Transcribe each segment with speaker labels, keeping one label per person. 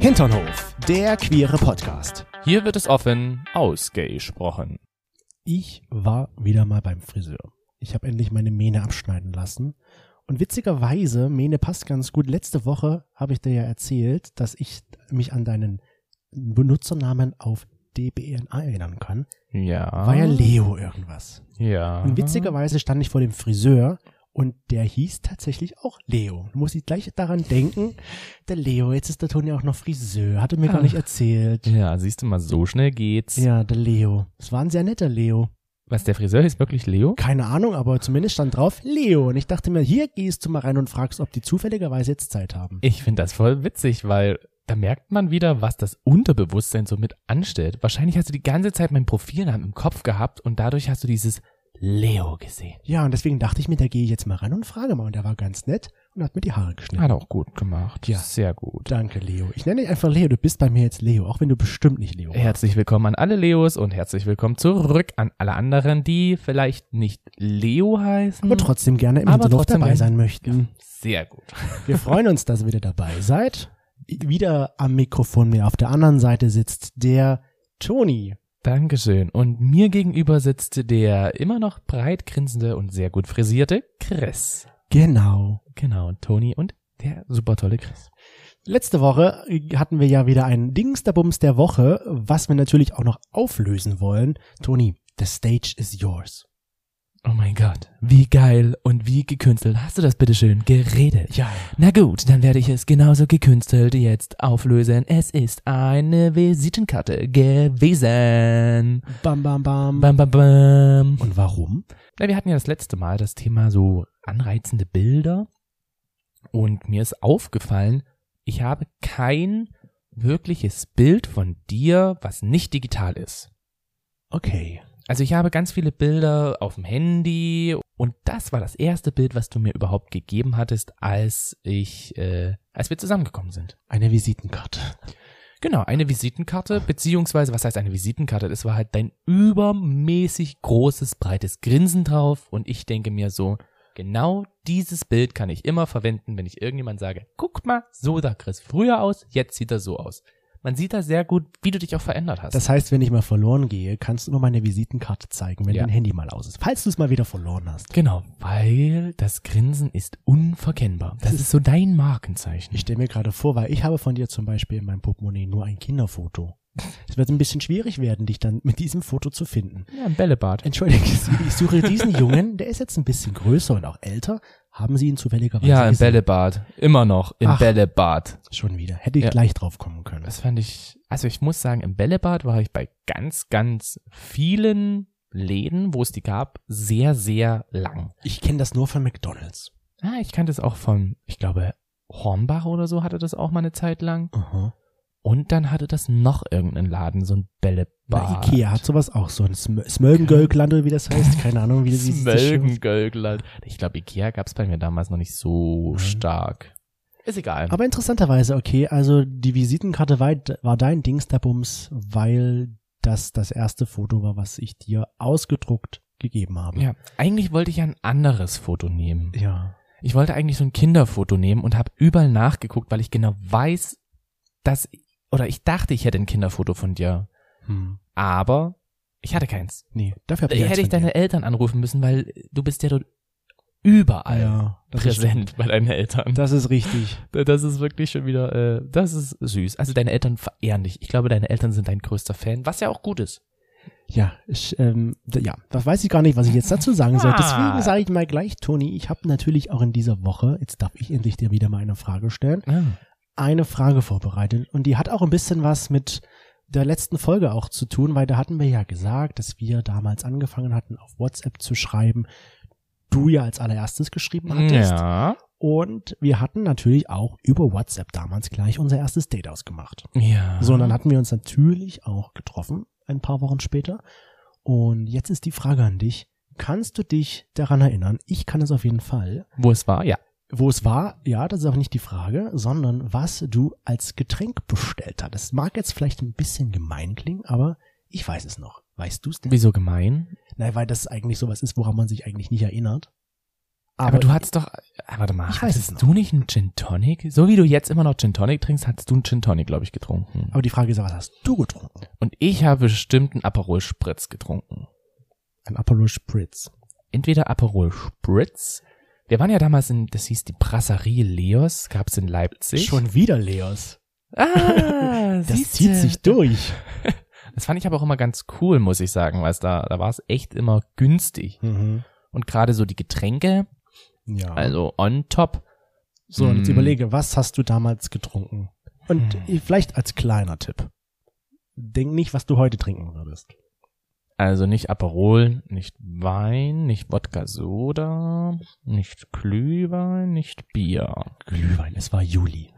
Speaker 1: Hinternhof, der queere Podcast.
Speaker 2: Hier wird es offen ausgesprochen.
Speaker 1: Ich war wieder mal beim Friseur. Ich habe endlich meine Mähne abschneiden lassen. Und witzigerweise, Mähne passt ganz gut. Letzte Woche habe ich dir ja erzählt, dass ich mich an deinen Benutzernamen auf DBNA erinnern kann.
Speaker 2: Ja.
Speaker 1: War ja Leo irgendwas.
Speaker 2: Ja.
Speaker 1: Und witzigerweise stand ich vor dem Friseur und der hieß tatsächlich auch Leo. Du musst dich gleich daran denken, der Leo, jetzt ist der Toni auch noch Friseur, hatte mir gar nicht erzählt.
Speaker 2: Ja, siehst du mal, so schnell geht's.
Speaker 1: Ja, der Leo. Es war ein sehr netter Leo.
Speaker 2: Was, der Friseur ist wirklich Leo?
Speaker 1: Keine Ahnung, aber zumindest stand drauf Leo. Und ich dachte mir, hier gehst du mal rein und fragst, ob die zufälligerweise jetzt Zeit haben.
Speaker 2: Ich finde das voll witzig, weil da merkt man wieder, was das Unterbewusstsein so mit anstellt. Wahrscheinlich hast du die ganze Zeit meinen Profilnamen im Kopf gehabt und dadurch hast du dieses Leo gesehen.
Speaker 1: Ja, und deswegen dachte ich mir, da gehe ich jetzt mal ran und frage mal. Und er war ganz nett und hat mir die Haare geschnitten.
Speaker 2: Hat auch gut gemacht.
Speaker 1: Ja.
Speaker 2: Sehr gut.
Speaker 1: Danke, Leo. Ich nenne dich einfach Leo. Du bist bei mir jetzt Leo, auch wenn du bestimmt nicht Leo warst.
Speaker 2: Herzlich willkommen an alle Leos und herzlich willkommen zurück an alle anderen, die vielleicht nicht Leo heißen.
Speaker 1: Aber trotzdem gerne im
Speaker 2: Äh, hm. Aber
Speaker 1: Hinterhof
Speaker 2: trotzdem
Speaker 1: dabei
Speaker 2: gerne.
Speaker 1: sein möchten.
Speaker 2: Sehr gut.
Speaker 1: Wir freuen uns, dass ihr wieder dabei seid. Wieder am Mikrofon mir auf der anderen Seite sitzt der Toni.
Speaker 2: Dankeschön. Und mir gegenüber sitzt der immer noch breit grinsende und sehr gut frisierte Chris.
Speaker 1: Genau.
Speaker 2: Genau, Toni und der super tolle Chris.
Speaker 1: Letzte Woche hatten wir ja wieder einen Dingsterbums der Woche, was wir natürlich auch noch auflösen wollen. Toni, the stage is yours.
Speaker 2: Oh mein Gott, wie geil und wie gekünstelt. Hast du das bitte schön geredet?
Speaker 1: Ja.
Speaker 2: Na gut, dann werde ich es genauso gekünstelt jetzt auflösen. Es ist eine Visitenkarte gewesen.
Speaker 1: Bam, bam, bam.
Speaker 2: Bam, bam, bam.
Speaker 1: Und warum?
Speaker 2: Na, wir hatten ja das letzte Mal das Thema so anreizende Bilder. Und mir ist aufgefallen, ich habe kein wirkliches Bild von dir, was nicht digital ist.
Speaker 1: Okay.
Speaker 2: Also ich habe ganz viele Bilder auf dem Handy und das war das erste Bild, was du mir überhaupt gegeben hattest, als ich, äh, als wir zusammengekommen sind.
Speaker 1: Eine Visitenkarte.
Speaker 2: Genau, eine Visitenkarte, beziehungsweise, was heißt eine Visitenkarte? Das war halt dein übermäßig großes, breites Grinsen drauf und ich denke mir so, genau dieses Bild kann ich immer verwenden, wenn ich irgendjemand sage, guck mal, so sah Chris früher aus, jetzt sieht er so aus. Man sieht da sehr gut, wie du dich auch verändert hast.
Speaker 1: Das heißt, wenn ich mal verloren gehe, kannst du nur meine Visitenkarte zeigen, wenn
Speaker 2: Ja.
Speaker 1: dein Handy mal aus ist. Falls du es mal wieder verloren hast.
Speaker 2: Genau, weil das Grinsen ist unverkennbar. Das ist so dein Markenzeichen.
Speaker 1: Ich stelle mir gerade vor, weil ich habe von dir zum Beispiel in meinem Portemonnaie nur ein Kinderfoto. Es wird ein bisschen schwierig werden, dich dann mit diesem Foto zu finden.
Speaker 2: ja, ein Bällebad.
Speaker 1: Entschuldige, Sie, ich suche diesen Jungen, der ist jetzt ein bisschen größer und auch älter. Haben Sie ihn zufälligerweise
Speaker 2: Ja, im
Speaker 1: gesehen?
Speaker 2: Bällebad. Immer noch im
Speaker 1: Ach.
Speaker 2: Bällebad.
Speaker 1: Schon wieder. Hätte ich
Speaker 2: Ja.
Speaker 1: gleich drauf kommen können.
Speaker 2: Das fand ich, also ich muss sagen, im Bällebad war ich bei ganz, ganz vielen Läden, wo es die gab, sehr, sehr lang.
Speaker 1: Ich kenne das nur von McDonalds.
Speaker 2: Ah, ich kannte es auch von, ich glaube, Hornbach oder so hatte das auch mal eine Zeit lang.
Speaker 1: Aha.
Speaker 2: Und dann hatte das noch irgendeinen Laden, so ein Bällebad.
Speaker 1: Bei Ikea hat sowas auch so ein Sm Smölgengölkland oder wie das heißt. Keine Ahnung, wie das hieß.
Speaker 2: Smölgengölgland. Ich glaube, Ikea gab's bei mir damals noch nicht so
Speaker 1: Nein.
Speaker 2: stark. Ist egal.
Speaker 1: Mhm. Aber interessanterweise, okay, also die Visitenkarte war, war dein Dingsterbums, weil das das erste Foto war, was ich dir ausgedruckt gegeben habe.
Speaker 2: ja, eigentlich wollte ich ja ein anderes Foto nehmen.
Speaker 1: Ja.
Speaker 2: Ich wollte eigentlich so ein Kinderfoto nehmen und habe überall nachgeguckt, weil ich genau weiß, dass oder ich dachte, ich hätte ein Kinderfoto von dir,
Speaker 1: Hm.
Speaker 2: aber ich hatte keins.
Speaker 1: Nee, dafür hab ich eins
Speaker 2: Hätte ich
Speaker 1: von dir.
Speaker 2: deine Eltern anrufen müssen, weil du bist ja dort überall
Speaker 1: ja, das ist-
Speaker 2: präsent bei deinen Eltern.
Speaker 1: Das ist richtig.
Speaker 2: Das ist wirklich schon wieder, äh, das ist süß. Also deine Eltern verehren dich. Ich glaube, deine Eltern sind dein größter Fan, was ja auch gut ist.
Speaker 1: Ja, ich, ähm, d- ja, das weiß ich gar nicht, was ich jetzt dazu sagen soll.
Speaker 2: Ah.
Speaker 1: Deswegen sage ich mal gleich, Toni, ich habe natürlich auch in dieser Woche, jetzt darf ich endlich dir wieder mal eine Frage stellen,
Speaker 2: Ah,
Speaker 1: eine Frage vorbereitet und die hat auch ein bisschen was mit der letzten Folge auch zu tun, weil da hatten wir ja gesagt, dass wir damals angefangen hatten, auf WhatsApp zu schreiben. Du ja als allererstes geschrieben hattest.
Speaker 2: Hm, Ja.
Speaker 1: Und wir hatten natürlich auch über WhatsApp damals gleich unser erstes Date ausgemacht.
Speaker 2: Ja.
Speaker 1: So, und dann hatten wir uns natürlich auch getroffen, ein paar Wochen später. Und jetzt ist die Frage an dich. Kannst du dich daran erinnern? Ich kann es auf jeden Fall.
Speaker 2: Wo es war, ja.
Speaker 1: Wo es war, ja, das ist auch nicht die Frage, sondern was du als Getränk bestellt hattest. Mag jetzt vielleicht ein bisschen gemein klingen, aber ich weiß es noch. Weißt du es denn?
Speaker 2: Wieso gemein?
Speaker 1: Nein, weil das eigentlich sowas ist, woran man sich eigentlich nicht erinnert.
Speaker 2: Aber, du hattest doch, ah, warte mal,
Speaker 1: Ich weiß es noch.
Speaker 2: hattest du nicht einen Gin Tonic? So wie du jetzt immer noch Gin Tonic trinkst, hattest du einen Gin Tonic, glaube ich, getrunken.
Speaker 1: aber die Frage ist ja, was hast du getrunken?
Speaker 2: Und ich habe bestimmt einen Aperol Spritz getrunken.
Speaker 1: Ein Aperol Spritz.
Speaker 2: Entweder Aperol Spritz. Wir waren ja damals in, das hieß die Brasserie Leos, gab's in Leipzig.
Speaker 1: Schon wieder Leos.
Speaker 2: Ah,
Speaker 1: Das
Speaker 2: siehste.
Speaker 1: zieht sich durch.
Speaker 2: Das fand ich aber auch immer ganz cool, muss ich sagen, weil es da, da war es echt immer günstig.
Speaker 1: Mhm.
Speaker 2: Und gerade so die Getränke,
Speaker 1: Ja.
Speaker 2: also on top.
Speaker 1: so, und jetzt
Speaker 2: Mm.
Speaker 1: überlege, was hast du damals getrunken? Und vielleicht als kleiner Tipp. Denk nicht, was du heute trinken würdest.
Speaker 2: Also nicht Aperol, nicht Wein, nicht Wodka-Soda, nicht Glühwein, nicht Bier.
Speaker 1: Glühwein, es war Juli.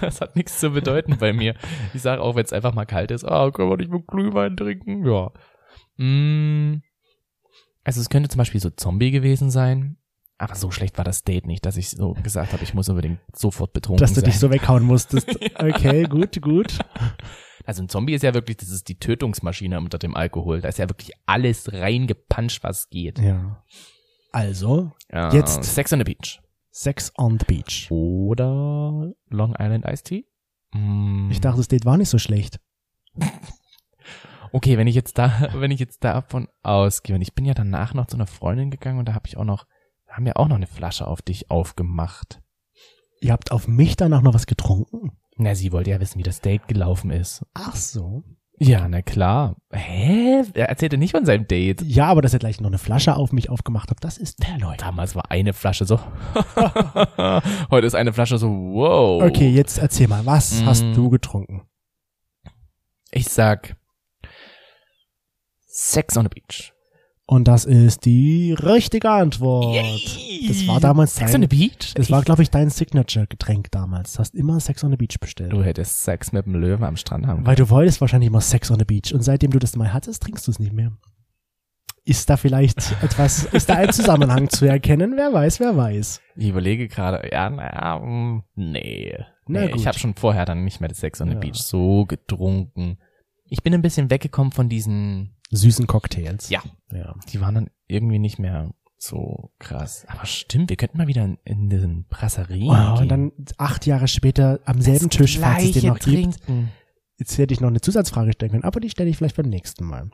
Speaker 2: das hat nichts zu bedeuten bei mir. Ich sage auch, wenn es einfach mal kalt ist, ah, können wir nicht mit Glühwein trinken? Ja. Mm, also es könnte zum Beispiel so Zombie gewesen sein. Aber so schlecht war das Date nicht, dass ich so gesagt habe, ich muss unbedingt sofort betrunken
Speaker 1: Dass du
Speaker 2: sein.
Speaker 1: dich so weghauen musstest. Okay, gut, gut.
Speaker 2: also ein Zombie ist ja wirklich, das ist die Tötungsmaschine unter dem Alkohol. Da ist ja wirklich alles reingepanscht, was geht.
Speaker 1: Ja. Also,
Speaker 2: Ja,
Speaker 1: Jetzt-
Speaker 2: Sex on the Beach.
Speaker 1: Sex on the Beach.
Speaker 2: Oder Long Island Iced Tea? Mm.
Speaker 1: Ich dachte, das Date war nicht so schlecht.
Speaker 2: Okay, wenn ich jetzt da, wenn ich jetzt davon ausgehe, und ich bin ja danach noch zu einer Freundin gegangen und da habe ich auch noch, da haben wir auch noch eine Flasche auf dich aufgemacht.
Speaker 1: Ihr habt auf mich danach noch was getrunken?
Speaker 2: Na, sie wollte ja wissen, wie das Date gelaufen ist.
Speaker 1: Ach so.
Speaker 2: Ja, na klar. Hä? Er erzählte nicht von seinem Date.
Speaker 1: Ja, aber dass ihr gleich noch eine Flasche auf mich aufgemacht habt, das ist der neu.
Speaker 2: Damals war eine Flasche so. Heute ist eine Flasche so, wow.
Speaker 1: Okay, jetzt erzähl mal, was
Speaker 2: Mm.
Speaker 1: hast du getrunken?
Speaker 2: Ich sag Sex on the Beach.
Speaker 1: Und das ist die richtige Antwort.
Speaker 2: Yay.
Speaker 1: Das war damals
Speaker 2: Sex on the
Speaker 1: dein,
Speaker 2: Beach?
Speaker 1: das war, glaube ich, dein Signature-Getränk damals. Du hast immer Sex on the Beach bestellt.
Speaker 2: Du hättest Sex mit dem Löwen am Strand haben
Speaker 1: Weil du wolltest wahrscheinlich mal Sex on the Beach. Und seitdem du das mal hattest, trinkst du es nicht mehr. Ist da vielleicht etwas, ist da ein Zusammenhang zu erkennen? Wer weiß, wer weiß.
Speaker 2: Ich überlege gerade, ja, naja, mm, nee.
Speaker 1: Na
Speaker 2: nee
Speaker 1: gut.
Speaker 2: ich habe schon vorher dann nicht mehr das Sex on the
Speaker 1: Ja.
Speaker 2: Beach so getrunken. Ich bin ein bisschen weggekommen von diesen,
Speaker 1: Süßen Cocktails.
Speaker 2: Ja.
Speaker 1: ja.
Speaker 2: die waren dann irgendwie nicht mehr so krass. Aber stimmt, wir könnten mal wieder in, in den Brasserien
Speaker 1: Wow,
Speaker 2: gehen.
Speaker 1: Oh, und dann acht Jahre später am selben
Speaker 2: Das
Speaker 1: Tisch, falls es den
Speaker 2: Gleiche
Speaker 1: noch gibt.
Speaker 2: trinken.
Speaker 1: Jetzt hätte ich noch eine Zusatzfrage stellen können, aber die stelle ich vielleicht beim nächsten Mal.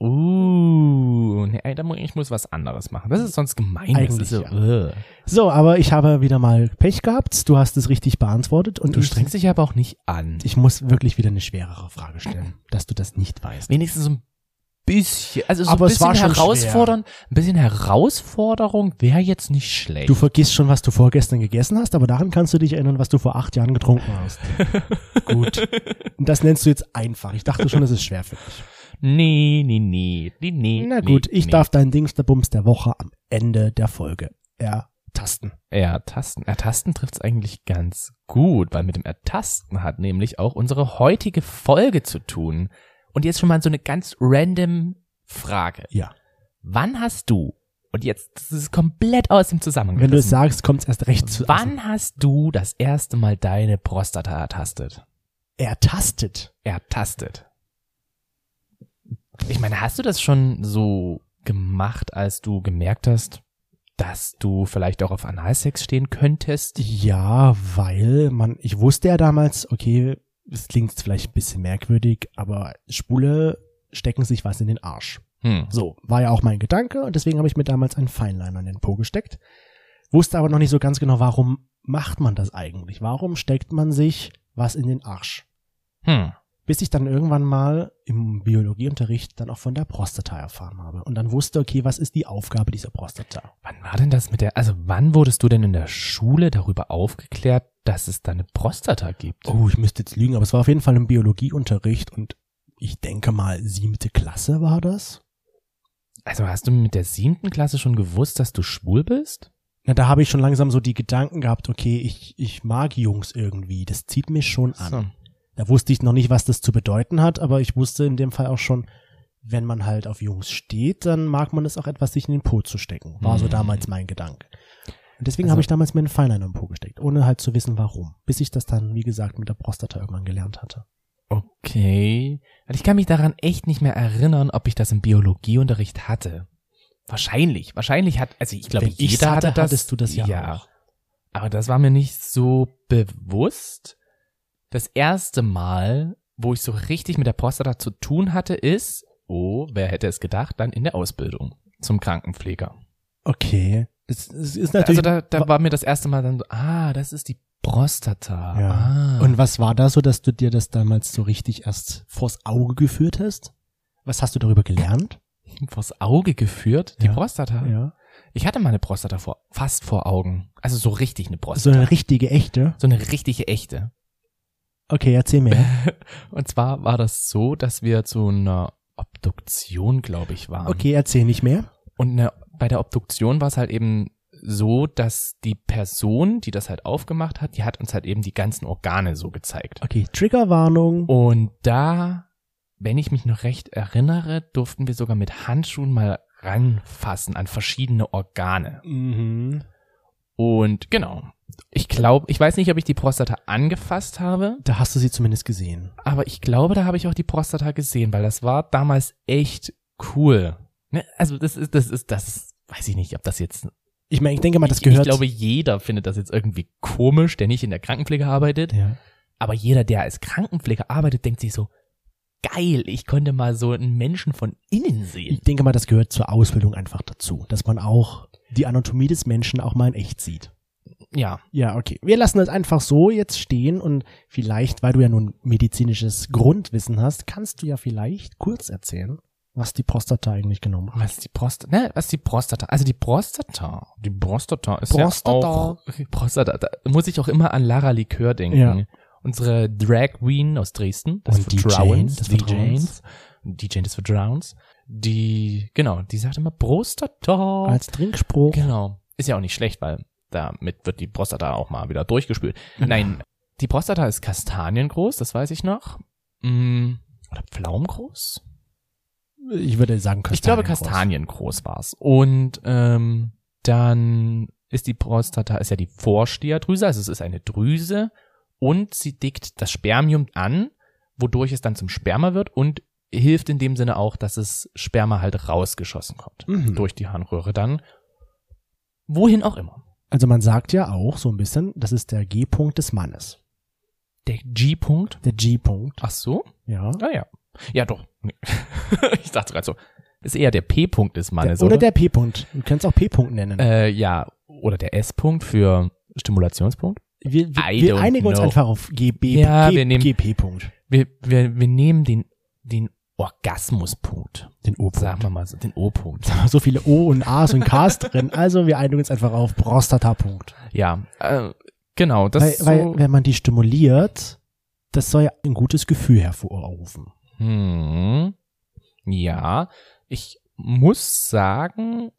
Speaker 2: Uh, nee, da mu- ich muss was anderes machen. Das ist sonst gemein.
Speaker 1: Eigentlich,
Speaker 2: das ist so, äh.
Speaker 1: So, aber ich habe wieder mal Pech gehabt. Du hast es richtig beantwortet und
Speaker 2: Du
Speaker 1: ich,
Speaker 2: strengst dich aber auch nicht an.
Speaker 1: ich muss wirklich wieder eine schwerere Frage stellen, dass du das nicht weißt.
Speaker 2: wenigstens so ein bisschen, also so
Speaker 1: Aber
Speaker 2: ein
Speaker 1: es war
Speaker 2: bisschen
Speaker 1: schon
Speaker 2: herausfordern, ein bisschen Herausforderung wäre jetzt nicht schlecht.
Speaker 1: Du vergisst schon, was du vorgestern gegessen hast, aber daran kannst du dich erinnern, was du vor acht Jahren getrunken hast. Gut. Und das nennst du jetzt einfach. Ich dachte schon, das ist schwer für dich.
Speaker 2: nee, nee, nee, nee, nee.
Speaker 1: Na
Speaker 2: nee,
Speaker 1: gut, ich
Speaker 2: nee.
Speaker 1: darf deinen Dings der Bums der Woche am Ende der Folge ertasten.
Speaker 2: Ertasten. Ertasten trifft's eigentlich ganz gut, weil mit dem Ertasten hat nämlich auch unsere heutige Folge zu tun. Und jetzt schon mal so eine ganz random Frage.
Speaker 1: Ja.
Speaker 2: Wann hast du, und jetzt, das ist komplett aus dem Zusammenhang.
Speaker 1: Wenn du es
Speaker 2: gerissen.
Speaker 1: sagst, also kommt es erst recht zu.
Speaker 2: Wann hast du das erste Mal deine Prostata ertastet?
Speaker 1: ertastet.
Speaker 2: ertastet. Ich meine, hast du das schon so gemacht, als du gemerkt hast, dass du vielleicht auch auf Analsex stehen könntest?
Speaker 1: Ja, weil man, ich wusste ja damals, okay, es klingt jetzt vielleicht ein bisschen merkwürdig, aber Spule stecken sich was in den Arsch.
Speaker 2: Hm.
Speaker 1: So, war ja auch mein Gedanke und deswegen habe ich mir damals einen Feinliner in den Po gesteckt. Wusste aber noch nicht so ganz genau, warum macht man das eigentlich? Warum steckt man sich was in den Arsch?
Speaker 2: Hm.
Speaker 1: Bis ich dann irgendwann mal im Biologieunterricht dann auch von der Prostata erfahren habe und dann wusste, okay, was ist die Aufgabe dieser Prostata?
Speaker 2: Wann war denn das mit der, also wann wurdest du denn in der Schule darüber aufgeklärt, dass es da eine Prostata gibt?
Speaker 1: Oh, ich müsste jetzt lügen, aber es war auf jeden Fall im Biologieunterricht und ich denke mal, siebte Klasse war das.
Speaker 2: Also hast du mit der siebten Klasse schon gewusst, dass du schwul bist?
Speaker 1: Na, da habe ich schon langsam so die Gedanken gehabt, okay, ich, ich mag Jungs irgendwie, das zieht mich schon an. Da wusste ich noch nicht, was das zu bedeuten hat, aber ich wusste in dem Fall auch schon, wenn man halt auf Jungs steht, dann mag man es auch etwas, sich in den Po zu stecken. War so
Speaker 2: Hm.
Speaker 1: damals mein Gedanke. Und deswegen
Speaker 2: Also-
Speaker 1: habe ich damals mir einen Feinliner im Po gesteckt, ohne halt zu wissen, warum. Bis ich das dann, wie gesagt, mit der Prostata irgendwann gelernt hatte.
Speaker 2: Okay. Also ich kann mich daran echt nicht mehr erinnern, ob ich das im Biologieunterricht hatte. Wahrscheinlich, wahrscheinlich hat, also ich glaube,
Speaker 1: Wenn ich's
Speaker 2: jeder
Speaker 1: hatte,
Speaker 2: hatte das.
Speaker 1: hattest du das ja auch.
Speaker 2: Aber das war mir nicht so bewusst. Das erste Mal, wo ich so richtig mit der Prostata zu tun hatte, ist, oh, wer hätte es gedacht, dann in der Ausbildung zum Krankenpfleger.
Speaker 1: Okay. Es, es ist natürlich.
Speaker 2: also da, da war mir das erste Mal dann so, ah, das ist die Prostata.
Speaker 1: ja.
Speaker 2: Ah.
Speaker 1: Und was war da so, dass du dir das damals so richtig erst vors Auge geführt hast? Was hast du darüber gelernt?
Speaker 2: vors Auge geführt, die
Speaker 1: Ja.
Speaker 2: Prostata. Ich hatte mal eine Prostata vor, fast vor Augen. Also so richtig eine
Speaker 1: So
Speaker 2: Prostata.
Speaker 1: eine richtige, echte.
Speaker 2: So eine richtige echte.
Speaker 1: Okay, erzähl mir.
Speaker 2: Und zwar war das so, dass wir zu einer Obduktion, glaube ich, waren.
Speaker 1: Okay, erzähl nicht mehr.
Speaker 2: Und eine, bei der Obduktion war es halt eben so, dass die Person, die das halt aufgemacht hat, die hat uns halt eben die ganzen Organe so gezeigt.
Speaker 1: Okay, Triggerwarnung.
Speaker 2: Und da, wenn ich mich noch recht erinnere, durften wir sogar mit Handschuhen mal ranfassen an verschiedene Organe.
Speaker 1: Mhm.
Speaker 2: Und genau. Ich glaube, ich weiß nicht, ob ich die Prostata angefasst habe,
Speaker 1: Da hast du sie zumindest gesehen.
Speaker 2: aber ich glaube, da habe ich auch die Prostata gesehen, weil das war damals echt cool. Ne? Also das ist, das ist, das ist, weiß ich nicht, ob das jetzt,
Speaker 1: Ich meine, ich denke mal, das
Speaker 2: ich, ich
Speaker 1: gehört.
Speaker 2: glaube, jeder findet das jetzt irgendwie komisch, der nicht in der Krankenpflege arbeitet,
Speaker 1: ja.
Speaker 2: aber jeder, der als Krankenpfleger arbeitet, denkt sich so, geil, ich konnte mal so einen Menschen von innen
Speaker 1: ich
Speaker 2: sehen.
Speaker 1: denke mal, das gehört zur Ausbildung einfach dazu, dass man auch die Anatomie des Menschen auch mal in echt sieht.
Speaker 2: Ja,
Speaker 1: Ja, okay. Wir lassen das einfach so jetzt stehen und vielleicht, weil du ja nun medizinisches Grundwissen hast, kannst du ja vielleicht kurz erzählen, was die Prostata eigentlich genau macht.
Speaker 2: Was die Prostata? Ne, was die Prostata? Also die Prostata. Die Prostata ist
Speaker 1: Prostata.
Speaker 2: ja auch Prostata. Da muss ich auch immer an Lara Likör denken.
Speaker 1: Ja.
Speaker 2: Unsere Drag Queen aus Dresden,
Speaker 1: Und die Jane des
Speaker 2: die
Speaker 1: Vertrauens.
Speaker 2: Janes, die Jane des Verdrowns, die genau, die sagt immer Prostata.
Speaker 1: Als Trinkspruch.
Speaker 2: genau, ist ja auch nicht schlecht, weil damit wird die Prostata auch mal wieder durchgespült. Nein, die Prostata ist kastaniengroß, das weiß ich noch. Mm, oder pflaumengroß?
Speaker 1: Ich würde sagen Kastanien.
Speaker 2: Ich glaube, kastaniengroß war's. Und ähm, dann ist die Prostata, ist ja die Vorsteherdrüse, also es ist eine Drüse und sie dickt das Spermium an, wodurch es dann zum Sperma wird und hilft in dem Sinne auch, dass es Sperma halt rausgeschossen kommt.
Speaker 1: Mhm.
Speaker 2: Durch die Harnröhre dann. Wohin auch immer.
Speaker 1: Also man sagt ja auch so ein bisschen, das ist der G-Punkt des Mannes.
Speaker 2: Der G-Punkt.
Speaker 1: Der G-Punkt.
Speaker 2: Ach so?
Speaker 1: Ja.
Speaker 2: Ah ja. Ja, doch. Nee. ich dachte gerade so. Ist eher der P-Punkt des
Speaker 1: Der,
Speaker 2: Mannes,
Speaker 1: oder der P-Punkt. Du kannst auch P-Punkt nennen.
Speaker 2: Äh, ja, oder der S-Punkt für Stimulationspunkt.
Speaker 1: wir wir,
Speaker 2: I
Speaker 1: Äh, wir
Speaker 2: don't
Speaker 1: einigen uns
Speaker 2: know.
Speaker 1: einfach auf GB,
Speaker 2: Ja,
Speaker 1: G,
Speaker 2: wir nehmen-
Speaker 1: GP-Punkt.
Speaker 2: Wir, wir, wir nehmen den, den Orgasmuspunkt,
Speaker 1: Den
Speaker 2: sagen
Speaker 1: O-Punkt.
Speaker 2: wir mal so, den O-Punkt.
Speaker 1: So viele O und A's und K's drin. Also wir einigen uns einfach auf Prostata-Punkt.
Speaker 2: Ja, äh, genau, das
Speaker 1: Weil,
Speaker 2: ist so,
Speaker 1: weil wenn man die stimuliert, das soll ja ein gutes Gefühl hervorrufen.
Speaker 2: hm, ja, ich muss sagen,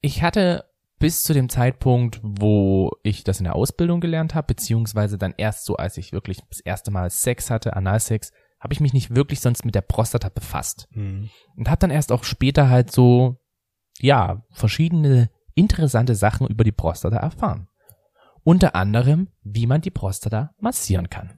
Speaker 2: ich hatte bis zu dem Zeitpunkt, wo ich das in der Ausbildung gelernt habe, beziehungsweise dann erst so, als ich wirklich das erste Mal Sex hatte, Analsex, habe ich mich nicht wirklich sonst mit der Prostata befasst. und habe dann erst auch später halt so, ja, verschiedene interessante Sachen über die Prostata erfahren. Unter anderem, wie man die Prostata massieren kann.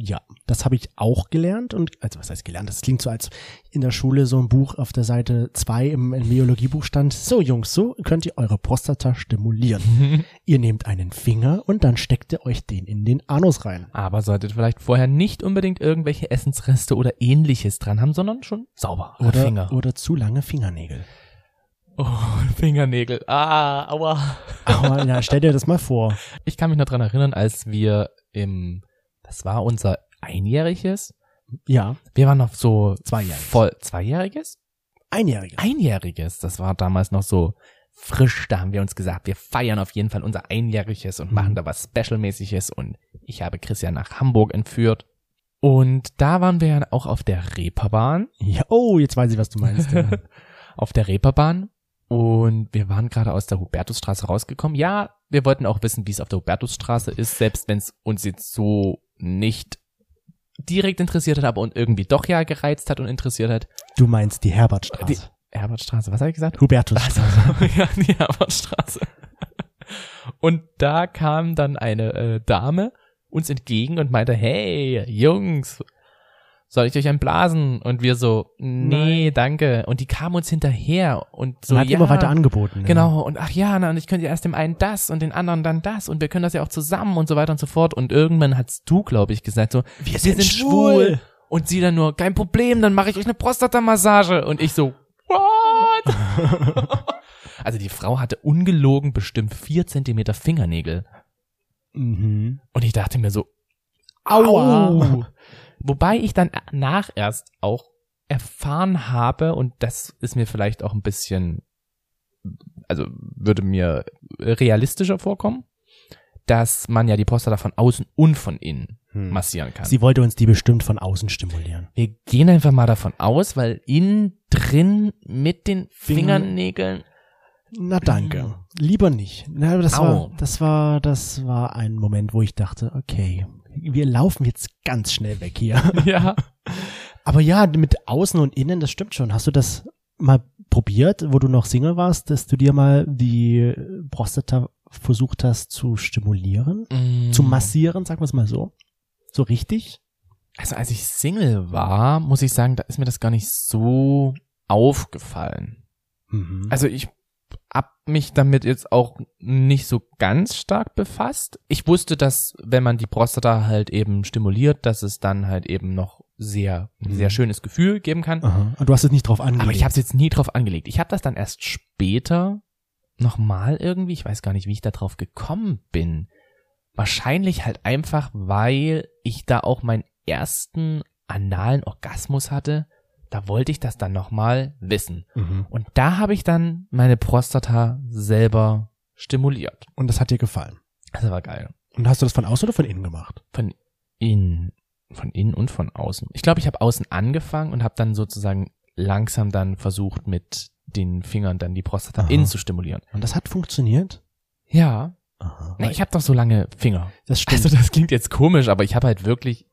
Speaker 1: Ja, das habe ich auch gelernt und, also was heißt gelernt, das klingt so, als in der Schule so ein Buch auf der Seite 2 im, im Biologiebuch stand, so Jungs, so könnt ihr eure Prostata stimulieren. Ihr nehmt einen Finger und dann steckt ihr euch den in den Anus rein.
Speaker 2: Aber solltet vielleicht vorher nicht unbedingt irgendwelche Essensreste oder ähnliches dran haben, sondern schon sauber.
Speaker 1: Oder,
Speaker 2: Finger.
Speaker 1: oder zu lange Fingernägel.
Speaker 2: Oh, Fingernägel. Ah, aua.
Speaker 1: Aber ja, stell dir das mal vor.
Speaker 2: Ich kann mich noch dran erinnern, als wir im, das war unser einjähriges,
Speaker 1: Ja,
Speaker 2: wir waren noch so
Speaker 1: Zweijähriges.
Speaker 2: voll zweijähriges,
Speaker 1: einjährige.
Speaker 2: Einjähriges. Das war damals noch so frisch. Da haben wir uns gesagt, wir feiern auf jeden Fall unser Einjähriges und machen da was Specialmäßiges. Und ich habe Christian nach Hamburg entführt. Und da waren wir ja auch auf der Reeperbahn.
Speaker 1: Ja, oh, jetzt weiß ich, was du meinst. Ja.
Speaker 2: auf der Reeperbahn. Und wir waren gerade aus der Hubertusstraße rausgekommen. Ja, wir wollten auch wissen, wie es auf der Hubertusstraße ist, selbst wenn es uns jetzt so nicht direkt interessiert hat, aber und irgendwie doch ja gereizt hat und interessiert hat.
Speaker 1: Du meinst die Herbertstraße.
Speaker 2: Herbertstraße, was habe ich gesagt?
Speaker 1: Hubertus.
Speaker 2: ja, die Hermannstraße. Und da kam dann eine äh, Dame uns entgegen und meinte, hey, Jungs, soll ich euch einblasen? Und wir so, nee, danke. Und die kamen uns hinterher und so,
Speaker 1: man hat
Speaker 2: ja,
Speaker 1: immer weiter angeboten.
Speaker 2: Genau, und ach ja, na, und ich könnte ja erst dem einen das und den anderen dann das und wir können das ja auch zusammen und so weiter und so fort. Und irgendwann hast du, glaube ich, gesagt so, wir,
Speaker 1: sind schwul.
Speaker 2: Und sie dann nur, kein Problem, dann mache ich euch eine Prostatamassage. Und ich so, what? also die Frau hatte ungelogen bestimmt vier Zentimeter Fingernägel.
Speaker 1: Ja. Mhm.
Speaker 2: Und ich dachte mir so,
Speaker 1: Aua.
Speaker 2: Au. Wobei ich dann nach erst auch erfahren habe, und das ist mir vielleicht auch ein bisschen, also würde mir realistischer vorkommen, dass man ja die Prostata von außen und von innen
Speaker 1: Hm.
Speaker 2: massieren kann.
Speaker 1: Sie wollte uns die bestimmt von außen stimulieren.
Speaker 2: Wir gehen einfach mal davon aus, weil innen drin mit den
Speaker 1: Finger-
Speaker 2: Fingernägeln
Speaker 1: Na danke. Lieber nicht. Na, aber das
Speaker 2: Mhm. Au.
Speaker 1: war, das war, das war ein Moment, wo ich dachte, okay, wir laufen jetzt ganz schnell weg hier.
Speaker 2: ja.
Speaker 1: Aber ja, mit außen und innen, das stimmt schon. Hast du das mal probiert, wo du noch Single warst, dass du dir mal die Prostata versucht hast zu stimulieren?
Speaker 2: Mm.
Speaker 1: Zu
Speaker 2: Mhm.
Speaker 1: massieren, sagen wir es mal so. So richtig?
Speaker 2: Also als ich Single war, muss ich sagen, da ist mir das gar nicht so aufgefallen.
Speaker 1: Mhm.
Speaker 2: Also ich hab mich damit jetzt auch nicht so ganz stark befasst. Ich wusste, dass wenn man die Prostata halt eben stimuliert, dass es dann halt eben noch sehr,
Speaker 1: Mhm.
Speaker 2: sehr schönes Gefühl geben kann.
Speaker 1: Aha. Du hast es nicht drauf angelegt.
Speaker 2: Aber ich habe es jetzt nie drauf angelegt. Ich habe das dann erst später nochmal irgendwie, ich weiß gar nicht, wie ich da drauf gekommen bin. Wahrscheinlich halt einfach, weil ich da auch meinen ersten analen Orgasmus hatte. Da wollte ich das dann nochmal wissen.
Speaker 1: Mhm.
Speaker 2: Und da habe ich dann meine Prostata selber stimuliert.
Speaker 1: Und das hat dir gefallen.
Speaker 2: Das war geil.
Speaker 1: Und hast du das von außen oder von innen gemacht?
Speaker 2: Von innen, von innen und von außen. Ich glaube, ich habe außen angefangen und habe dann sozusagen langsam dann versucht, mit den Fingern dann die Prostata
Speaker 1: Aha.
Speaker 2: innen zu stimulieren.
Speaker 1: Und das hat funktioniert?
Speaker 2: Ja.
Speaker 1: Aha.
Speaker 2: Nee, ich habe doch so lange Finger.
Speaker 1: das stimmt.
Speaker 2: Also das klingt jetzt komisch, aber ich habe halt wirklich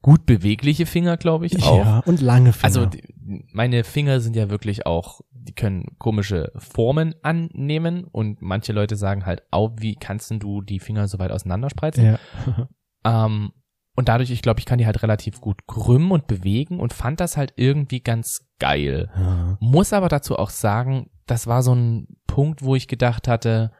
Speaker 2: gut bewegliche Finger, glaube ich, auch.
Speaker 1: Ja, und lange Finger.
Speaker 2: Also die, meine Finger sind ja wirklich auch, die können komische Formen annehmen und manche Leute sagen halt, au, wie kannst denn du die Finger so weit auseinanderspreizen?
Speaker 1: ja.
Speaker 2: Ähm, und dadurch, ich glaube, ich kann die halt relativ gut krümmen und bewegen und fand das halt irgendwie ganz geil.
Speaker 1: Ja.
Speaker 2: Muss aber dazu auch sagen, das war so ein Punkt, wo ich gedacht hatte,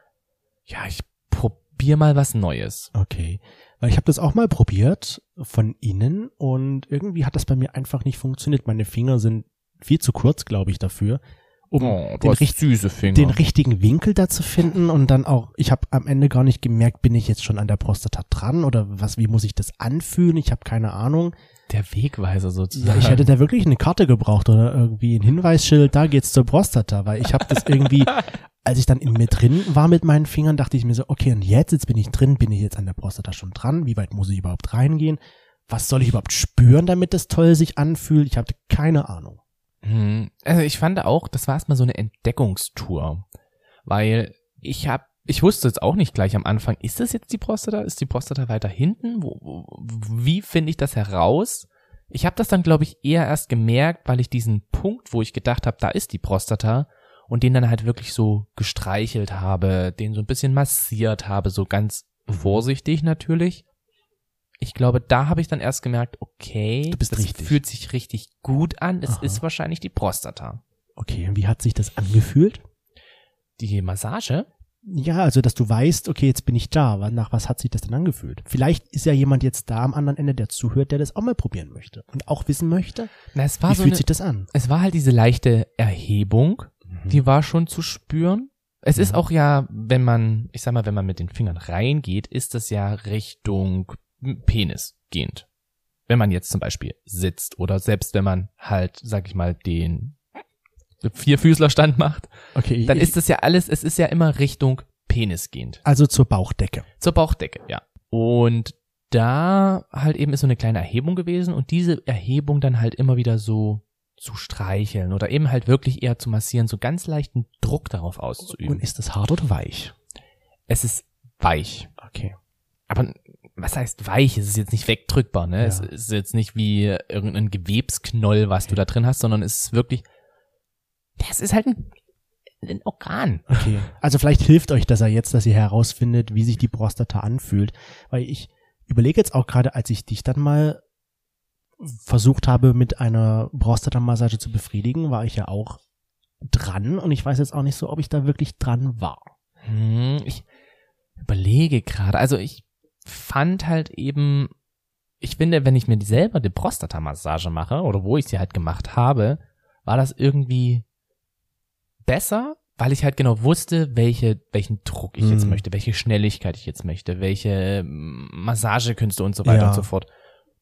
Speaker 2: ja, ich probier mal was Neues.
Speaker 1: Okay. Weil ich habe das auch mal probiert von innen und irgendwie hat das bei mir einfach nicht funktioniert. Meine Finger sind viel zu kurz, glaube ich, dafür, um den, richt
Speaker 2: Oh, süße Finger.
Speaker 1: den richtigen Winkel da zu finden und dann auch, ich habe am Ende gar nicht gemerkt, bin ich jetzt schon an der Prostata dran oder was, wie muss ich das anfühlen? Ich habe keine Ahnung.
Speaker 2: der Wegweiser
Speaker 1: Ja,
Speaker 2: sozusagen.
Speaker 1: ich hätte da wirklich eine Karte gebraucht oder irgendwie ein Hinweisschild, da geht's zur Prostata, weil ich habe das irgendwie, als ich dann in mir drin war mit meinen Fingern, dachte ich mir so, okay, und jetzt, jetzt bin ich drin, bin ich jetzt an der Prostata schon dran, wie weit muss ich überhaupt reingehen, was soll ich überhaupt spüren, damit das toll sich anfühlt, ich hatte keine Ahnung.
Speaker 2: Hm. Also ich fand auch, das war erstmal so eine Entdeckungstour, weil ich habe ich wusste jetzt auch nicht gleich am Anfang, ist das jetzt die Prostata? Ist die Prostata weiter hinten? Wo, wo, wie finde ich das heraus? Ich habe das dann, glaube ich, eher erst gemerkt, weil ich diesen Punkt, wo ich gedacht habe, da ist die Prostata und den dann halt wirklich so gestreichelt habe, den so ein bisschen massiert habe, so ganz vorsichtig natürlich. Ich glaube, da habe ich dann erst gemerkt, okay,
Speaker 1: Du bist
Speaker 2: das
Speaker 1: richtig.
Speaker 2: fühlt sich richtig gut an. Es
Speaker 1: Aha.
Speaker 2: ist wahrscheinlich die Prostata.
Speaker 1: Okay, und wie hat sich das angefühlt?
Speaker 2: Die Massage?
Speaker 1: Ja, also dass du weißt, okay, jetzt bin ich da, wa- nach was hat sich das denn angefühlt? Vielleicht ist ja jemand jetzt da am anderen Ende, der zuhört, der das auch mal probieren möchte und auch wissen möchte,
Speaker 2: Na, es
Speaker 1: wie
Speaker 2: war so
Speaker 1: fühlt
Speaker 2: eine,
Speaker 1: sich das an?
Speaker 2: es war halt diese leichte Erhebung, die war schon zu spüren. Es ist
Speaker 1: Mhm.
Speaker 2: auch ja, wenn man, ich sag mal, wenn man mit den Fingern reingeht, ist das ja Richtung Penis gehend. Wenn man jetzt zum Beispiel sitzt oder selbst wenn man halt, sag ich mal, den Vierfüßlerstand macht,
Speaker 1: okay,
Speaker 2: dann
Speaker 1: ich-
Speaker 2: ist das ja alles, es ist ja immer Richtung Penis gehend.
Speaker 1: also zur Bauchdecke.
Speaker 2: Zur Bauchdecke, ja. Und da halt eben ist so eine kleine Erhebung gewesen und diese Erhebung dann halt immer wieder so zu streicheln oder eben halt wirklich eher zu massieren, so ganz leichten Druck darauf auszuüben.
Speaker 1: Und ist das hart oder weich?
Speaker 2: es ist weich.
Speaker 1: Okay.
Speaker 2: Aber was heißt weich? Es ist jetzt nicht wegdrückbar, ne?
Speaker 1: Ja.
Speaker 2: Es ist jetzt nicht wie irgendein Gewebsknoll, was du da drin hast, sondern es ist wirklich, das ist halt ein, ein Organ.
Speaker 1: Okay. Also vielleicht hilft euch das ja jetzt, dass ihr herausfindet, wie sich die Prostata anfühlt. Weil ich überlege jetzt auch gerade, als ich dich dann mal versucht habe, mit einer Prostata-Massage zu befriedigen, war ich ja auch dran und ich weiß jetzt auch nicht so, ob ich da wirklich dran war.
Speaker 2: Hm, ich überlege gerade. Also ich fand halt eben, ich finde, wenn ich mir die selber die Prostata-Massage mache oder wo ich sie halt gemacht habe, war das irgendwie besser, weil ich halt genau wusste, welche, welchen Druck ich jetzt
Speaker 1: Hm.
Speaker 2: möchte, welche Schnelligkeit ich jetzt möchte, welche ähm, Massagekünste und so weiter
Speaker 1: Ja.
Speaker 2: und so fort.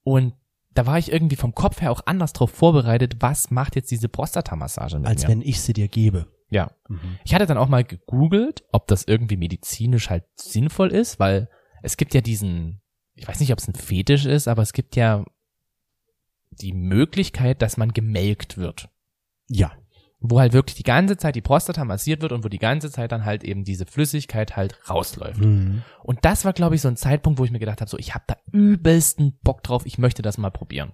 Speaker 2: Und da war ich irgendwie vom Kopf her auch anders drauf vorbereitet, was macht jetzt diese Prostata-Massage mit
Speaker 1: als
Speaker 2: mir.
Speaker 1: wenn ich sie dir gebe. Mhm.
Speaker 2: ja. Ich hatte dann auch mal gegoogelt, ob das irgendwie medizinisch halt sinnvoll ist, weil es gibt ja diesen, ich weiß nicht, ob es ein Fetisch ist, aber es gibt ja die Möglichkeit, dass man gemelkt wird.
Speaker 1: Ja.
Speaker 2: Wo halt wirklich die ganze Zeit die Prostata massiert wird und wo die ganze Zeit dann halt eben diese Flüssigkeit halt rausläuft.
Speaker 1: Mhm.
Speaker 2: Und das war, glaube ich, so ein Zeitpunkt, wo ich mir gedacht habe, so, ich habe da übelsten Bock drauf, ich möchte das mal probieren.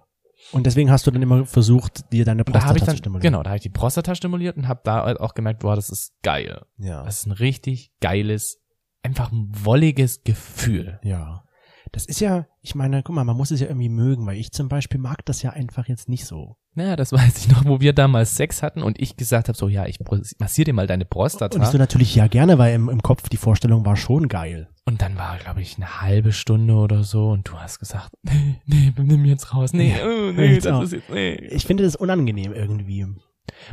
Speaker 1: Und deswegen hast du dann immer versucht, dir deine
Speaker 2: Und da
Speaker 1: Prostata
Speaker 2: habe ich dann,
Speaker 1: zu stimulieren.
Speaker 2: genau, da habe ich die Prostata stimuliert und habe da halt auch gemerkt, boah, das ist geil.
Speaker 1: Ja.
Speaker 2: Das ist ein richtig geiles, einfach ein wolliges Gefühl.
Speaker 1: Ja. Das ist ja, ich meine, guck mal, man muss es ja irgendwie mögen, weil ich zum Beispiel mag das ja einfach jetzt nicht so.
Speaker 2: Naja, das weiß ich noch, wo wir damals Sex hatten und ich gesagt habe, so, ja, ich pros- massiere dir mal deine Prostata.
Speaker 1: Und ich so natürlich ja gerne, weil im, im Kopf die Vorstellung war schon geil.
Speaker 2: Und dann war, glaube ich, eine halbe Stunde oder so und du hast gesagt, nee, nee, nimm jetzt raus, nee,
Speaker 1: Ja,
Speaker 2: oh,
Speaker 1: nimm
Speaker 2: nee,
Speaker 1: jetzt
Speaker 2: das
Speaker 1: auch.
Speaker 2: ist jetzt, nee.
Speaker 1: Ich finde das unangenehm irgendwie.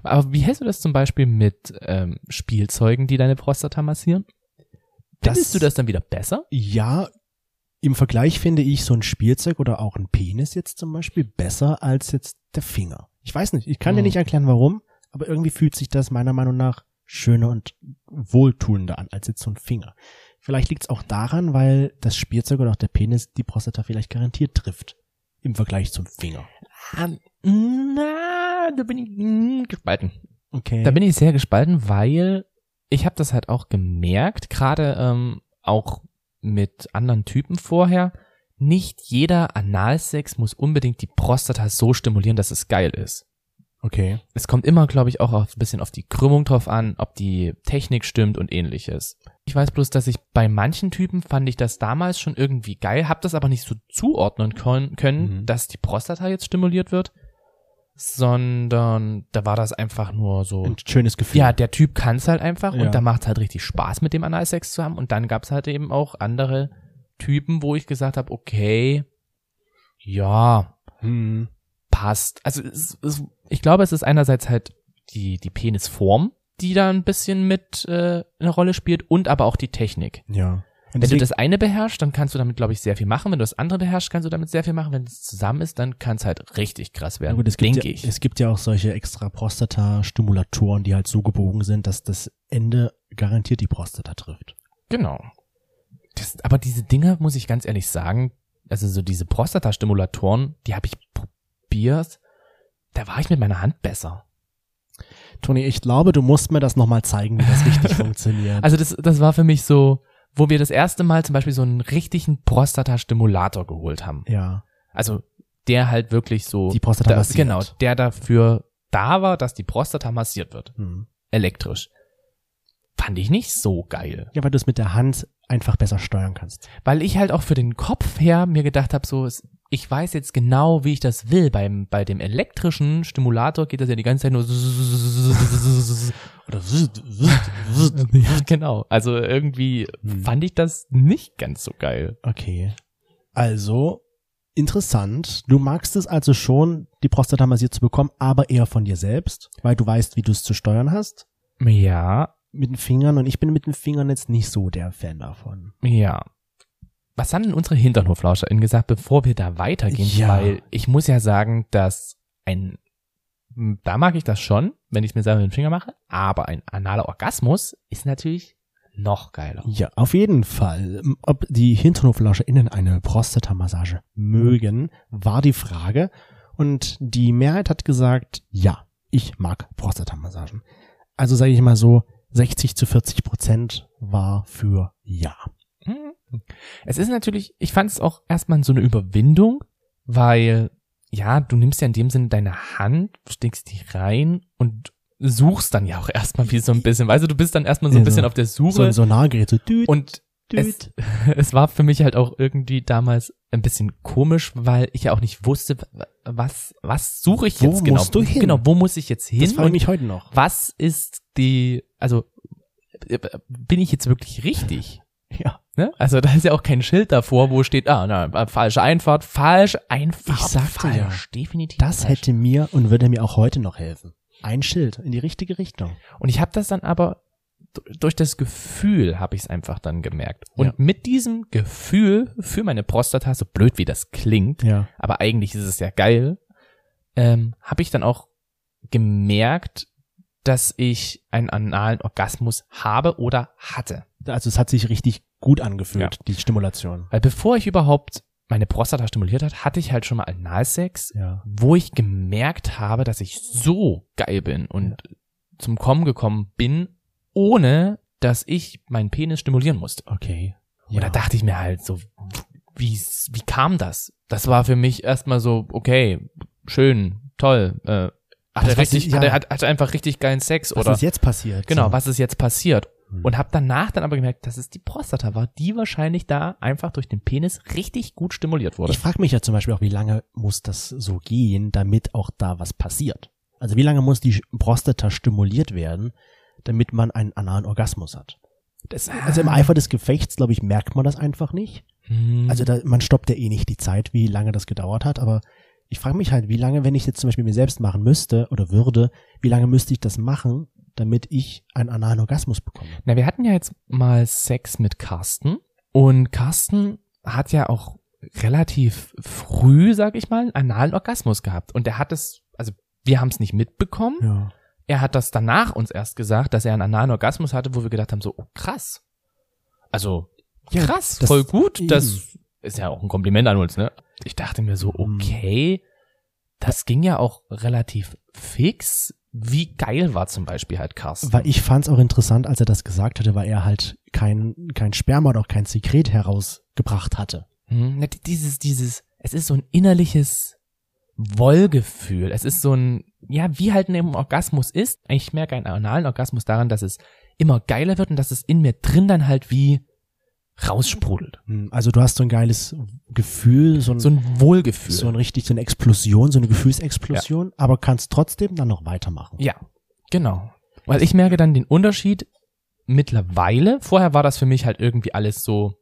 Speaker 2: Aber wie hältst du das zum Beispiel mit ähm, Spielzeugen, die deine Prostata massieren?
Speaker 1: Das-
Speaker 2: Findest du das dann wieder besser?
Speaker 1: Ja, im Vergleich finde ich so ein Spielzeug oder auch ein Penis jetzt zum Beispiel besser als jetzt der Finger. Ich weiß nicht, ich kann dir
Speaker 2: Mhm.
Speaker 1: nicht erklären warum, aber irgendwie fühlt sich das meiner Meinung nach schöner und wohltuender an als jetzt so ein Finger. Vielleicht liegt es auch daran, weil das Spielzeug oder auch der Penis die Prostata vielleicht garantiert trifft im Vergleich zum Finger.
Speaker 2: Ah, na, da bin ich mm, gespalten.
Speaker 1: Okay.
Speaker 2: Da bin ich sehr gespalten, weil ich habe das halt auch gemerkt, gerade ähm, auch mit anderen Typen vorher. Nicht jeder Analsex muss unbedingt die Prostata so stimulieren, dass es geil ist.
Speaker 1: okay.
Speaker 2: Es kommt immer, glaube ich, auch auf- ein bisschen auf die Krümmung drauf an, ob die Technik stimmt und ähnliches. Ich weiß bloß, dass ich bei manchen Typen fand ich das damals schon irgendwie geil, hab das aber nicht so zuordnen kon- können,
Speaker 1: Mhm.
Speaker 2: dass die Prostata jetzt stimuliert wird, sondern da war das einfach nur so
Speaker 1: Ein schönes Gefühl.
Speaker 2: Oh. ja, der Typ kann's halt einfach
Speaker 1: Ja.
Speaker 2: und da macht's halt richtig Spaß, mit dem Analsex zu haben. Und dann gab's halt eben auch andere Typen, wo ich gesagt habe, okay, ja,
Speaker 1: Hm.
Speaker 2: passt. Also es, es, ich glaube, es ist einerseits halt die, die Penisform, die da ein bisschen mit äh, eine Rolle spielt und aber auch die Technik.
Speaker 1: Ja. Und
Speaker 2: Wenn du
Speaker 1: deswegen-
Speaker 2: das eine beherrschst, dann kannst du damit, glaube ich, sehr viel machen. Wenn du das andere beherrschst, kannst du damit sehr viel machen. Wenn es zusammen ist, dann kann's halt richtig krass
Speaker 1: Ja,
Speaker 2: werden,
Speaker 1: gut, es gibt
Speaker 2: denke
Speaker 1: ja,
Speaker 2: ich.
Speaker 1: Es gibt ja auch solche extra Prostata-Stimulatoren, die halt so gebogen sind, dass das Ende garantiert die Prostata trifft.
Speaker 2: Genau. Das, aber diese Dinger, muss ich ganz ehrlich sagen, also so diese Prostata-Stimulatoren, die habe ich probiert, da war ich mit meiner Hand besser.
Speaker 1: Toni, ich glaube, du musst mir das nochmal zeigen, wie das richtig funktioniert.
Speaker 2: Also das, das war für mich so, wo wir das erste Mal zum Beispiel so einen richtigen Prostata-Stimulator geholt haben.
Speaker 1: ja,
Speaker 2: Also der halt wirklich so,
Speaker 1: die Prostata
Speaker 2: da,
Speaker 1: massiert.
Speaker 2: genau, der dafür da war, dass die Prostata massiert wird,
Speaker 1: Hm.
Speaker 2: elektrisch. Fand ich nicht so geil.
Speaker 1: Ja, weil du es mit der Hand einfach besser steuern kannst.
Speaker 2: weil ich halt auch für den Kopf her mir gedacht habe, so es- ich weiß jetzt genau, wie ich das will. Beim bei dem elektrischen Stimulator geht das ja die ganze Zeit nur
Speaker 1: Oder
Speaker 2: ja, genau. Also irgendwie
Speaker 1: Hm.
Speaker 2: fand ich das nicht ganz so geil.
Speaker 1: Okay. Also, interessant. Du magst es also schon, die Prostata massiert zu bekommen, aber eher von dir selbst, weil du weißt, wie du es zu steuern hast.
Speaker 2: Ja,
Speaker 1: Mit den Fingern. Und ich bin mit den Fingern jetzt nicht so der Fan davon.
Speaker 2: ja. Was haben denn unsere HinternhoflauscherInnen gesagt, bevor wir da weitergehen?
Speaker 1: Ja.
Speaker 2: Weil ich muss ja sagen, dass ein da mag ich das schon, wenn ich es mir selber mit dem Finger mache, aber ein analer Orgasmus ist natürlich noch geiler.
Speaker 1: Ja, auf jeden Fall. Ähm, Ob die HinterhoflauscherInnen eine Prostatamassage mögen, war die Frage. Und die Mehrheit hat gesagt, ja, ich mag Prostatamassagen. Also sage ich mal so, 60 zu 40 Prozent war für ja.
Speaker 2: Hm. Es ist natürlich, ich fand es auch erstmal so eine Überwindung, weil ja, du nimmst ja in dem Sinne deine Hand, steckst die rein und suchst dann ja auch erstmal wie so ein bisschen, weißt du, du bist dann erstmal so ein
Speaker 1: Ja, so-
Speaker 2: bisschen auf der
Speaker 1: So
Speaker 2: Suche
Speaker 1: ein Sonargerät, so düt.
Speaker 2: und Es, es war für mich halt auch irgendwie damals ein bisschen komisch, weil ich ja auch nicht wusste, was, was suche ich
Speaker 1: Wo
Speaker 2: jetzt genau.
Speaker 1: musst du hin?
Speaker 2: Genau, wo muss ich jetzt hin?
Speaker 1: das frage ich mich heute noch.
Speaker 2: was ist die, also äh, bin ich jetzt wirklich richtig?
Speaker 1: Ja.
Speaker 2: Ne? Also da ist ja auch kein Schild davor, wo steht, ah, na, äh, falsche Einfahrt, falsch, Einfahrt,
Speaker 1: Ich sagte
Speaker 2: falsch, definitiv
Speaker 1: Das
Speaker 2: falsch.
Speaker 1: hätte mir und würde mir auch heute noch helfen. Ein Schild in die richtige Richtung.
Speaker 2: Und ich habe das dann aber d- durch das Gefühl habe ich es einfach dann gemerkt. Und
Speaker 1: Ja.
Speaker 2: mit diesem Gefühl für meine Prostata, so blöd wie das klingt,
Speaker 1: Ja.
Speaker 2: aber eigentlich ist es ja geil, ähm, habe ich dann auch gemerkt, dass ich einen analen Orgasmus habe oder hatte.
Speaker 1: Also es hat sich richtig gut angefühlt, die Stimulation.
Speaker 2: Weil bevor ich überhaupt meine Prostata stimuliert hat, hatte ich halt schon mal Analsex,
Speaker 1: Ja.
Speaker 2: wo ich gemerkt habe, dass ich so geil bin und zum Kommen gekommen bin, ohne dass ich meinen Penis stimulieren musste.
Speaker 1: Okay.
Speaker 2: Und da dachte ich mir halt so, wie, wie kam das? Das war für mich erstmal so, okay, schön, toll, äh, hat
Speaker 1: Das,
Speaker 2: er
Speaker 1: was
Speaker 2: richtig,
Speaker 1: ich- ja.
Speaker 2: hat, er, hat, hat er einfach richtig geilen Sex
Speaker 1: was
Speaker 2: oder
Speaker 1: ist jetzt passiert?
Speaker 2: genau,
Speaker 1: So.
Speaker 2: was ist jetzt passiert?
Speaker 1: Hm.
Speaker 2: Und habe danach dann aber gemerkt, dass es die Prostata war, die wahrscheinlich da einfach durch den Penis richtig gut stimuliert wurde.
Speaker 1: Ich frage mich ja zum Beispiel auch, wie lange muss das so gehen, damit auch da was passiert? Also wie lange muss die Prostata stimuliert werden, damit man einen analen Orgasmus hat? Das, also
Speaker 2: Ah.
Speaker 1: im Eifer des Gefechts, glaube ich, merkt man das einfach nicht.
Speaker 2: Hm.
Speaker 1: Also da, man stoppt ja eh nicht die Zeit, wie lange das gedauert hat, aber ich frage mich halt, wie lange, wenn ich jetzt zum Beispiel mir selbst machen müsste oder würde, wie lange müsste ich das machen, damit ich einen analen Orgasmus bekomme?
Speaker 2: Na, wir hatten ja jetzt mal Sex mit Carsten und Carsten hat ja auch relativ früh, sag ich mal, einen analen Orgasmus gehabt und er hat es, also wir haben es nicht mitbekommen.
Speaker 1: Ja.
Speaker 2: Er hat das danach uns erst gesagt, dass er einen analen Orgasmus hatte, wo wir gedacht haben, so, oh krass. Also,
Speaker 1: Ja,
Speaker 2: krass,
Speaker 1: das-
Speaker 2: voll gut.
Speaker 1: eben.
Speaker 2: Das ist ja auch ein Kompliment an uns, ne? Ich dachte mir so,
Speaker 1: Mhm.
Speaker 2: okay, das ging ja auch relativ fix. Wie geil war zum Beispiel halt Carsten?
Speaker 1: Weil ich fand es auch interessant, als er das gesagt hatte, weil er halt kein, kein Sperma oder auch kein Sekret herausgebracht hatte.
Speaker 2: Hm, na, di- dieses, dieses, es ist so ein innerliches Wollgefühl. Es ist so ein, ja, wie halt ein Orgasmus ist. Ich merke einen analen Orgasmus daran, dass es immer geiler wird und dass es in mir drin dann halt wie raussprudelt.
Speaker 1: Hm, Also du hast so ein geiles Gefühl, so ein,
Speaker 2: So
Speaker 1: so ein,
Speaker 2: ein Wohlgefühl.
Speaker 1: richtig, so eine Explosion, so eine Gefühlsexplosion, aber kannst trotzdem dann noch weitermachen.
Speaker 2: ja, genau. Weil ich merke dann den Unterschied mittlerweile. Vorher war das für mich halt irgendwie alles so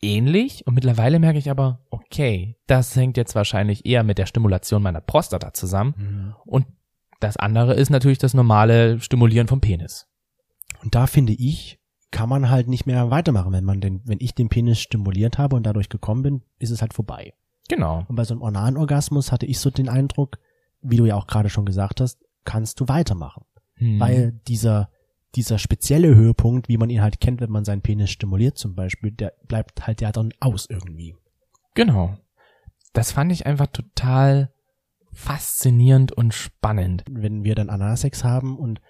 Speaker 2: ähnlich und mittlerweile merke ich aber, okay, das hängt jetzt wahrscheinlich eher mit der Stimulation meiner Prostata zusammen.
Speaker 1: Hm.
Speaker 2: Und das andere ist natürlich das normale Stimulieren vom Penis.
Speaker 1: Und da finde ich, kann man halt nicht mehr weitermachen. Wenn man den, wenn ich den Penis stimuliert habe und dadurch gekommen bin, ist es halt vorbei.
Speaker 2: Genau.
Speaker 1: Und bei so einem ornalen Orgasmus hatte ich so den Eindruck, wie du ja auch gerade schon gesagt hast, kannst du weitermachen.
Speaker 2: Hm.
Speaker 1: weil dieser dieser spezielle Höhepunkt, wie man ihn halt kennt, wenn man seinen Penis stimuliert zum Beispiel, der bleibt halt ja dann aus irgendwie.
Speaker 2: genau. Das fand ich einfach total faszinierend und spannend.
Speaker 1: Wenn wir dann Analsex haben und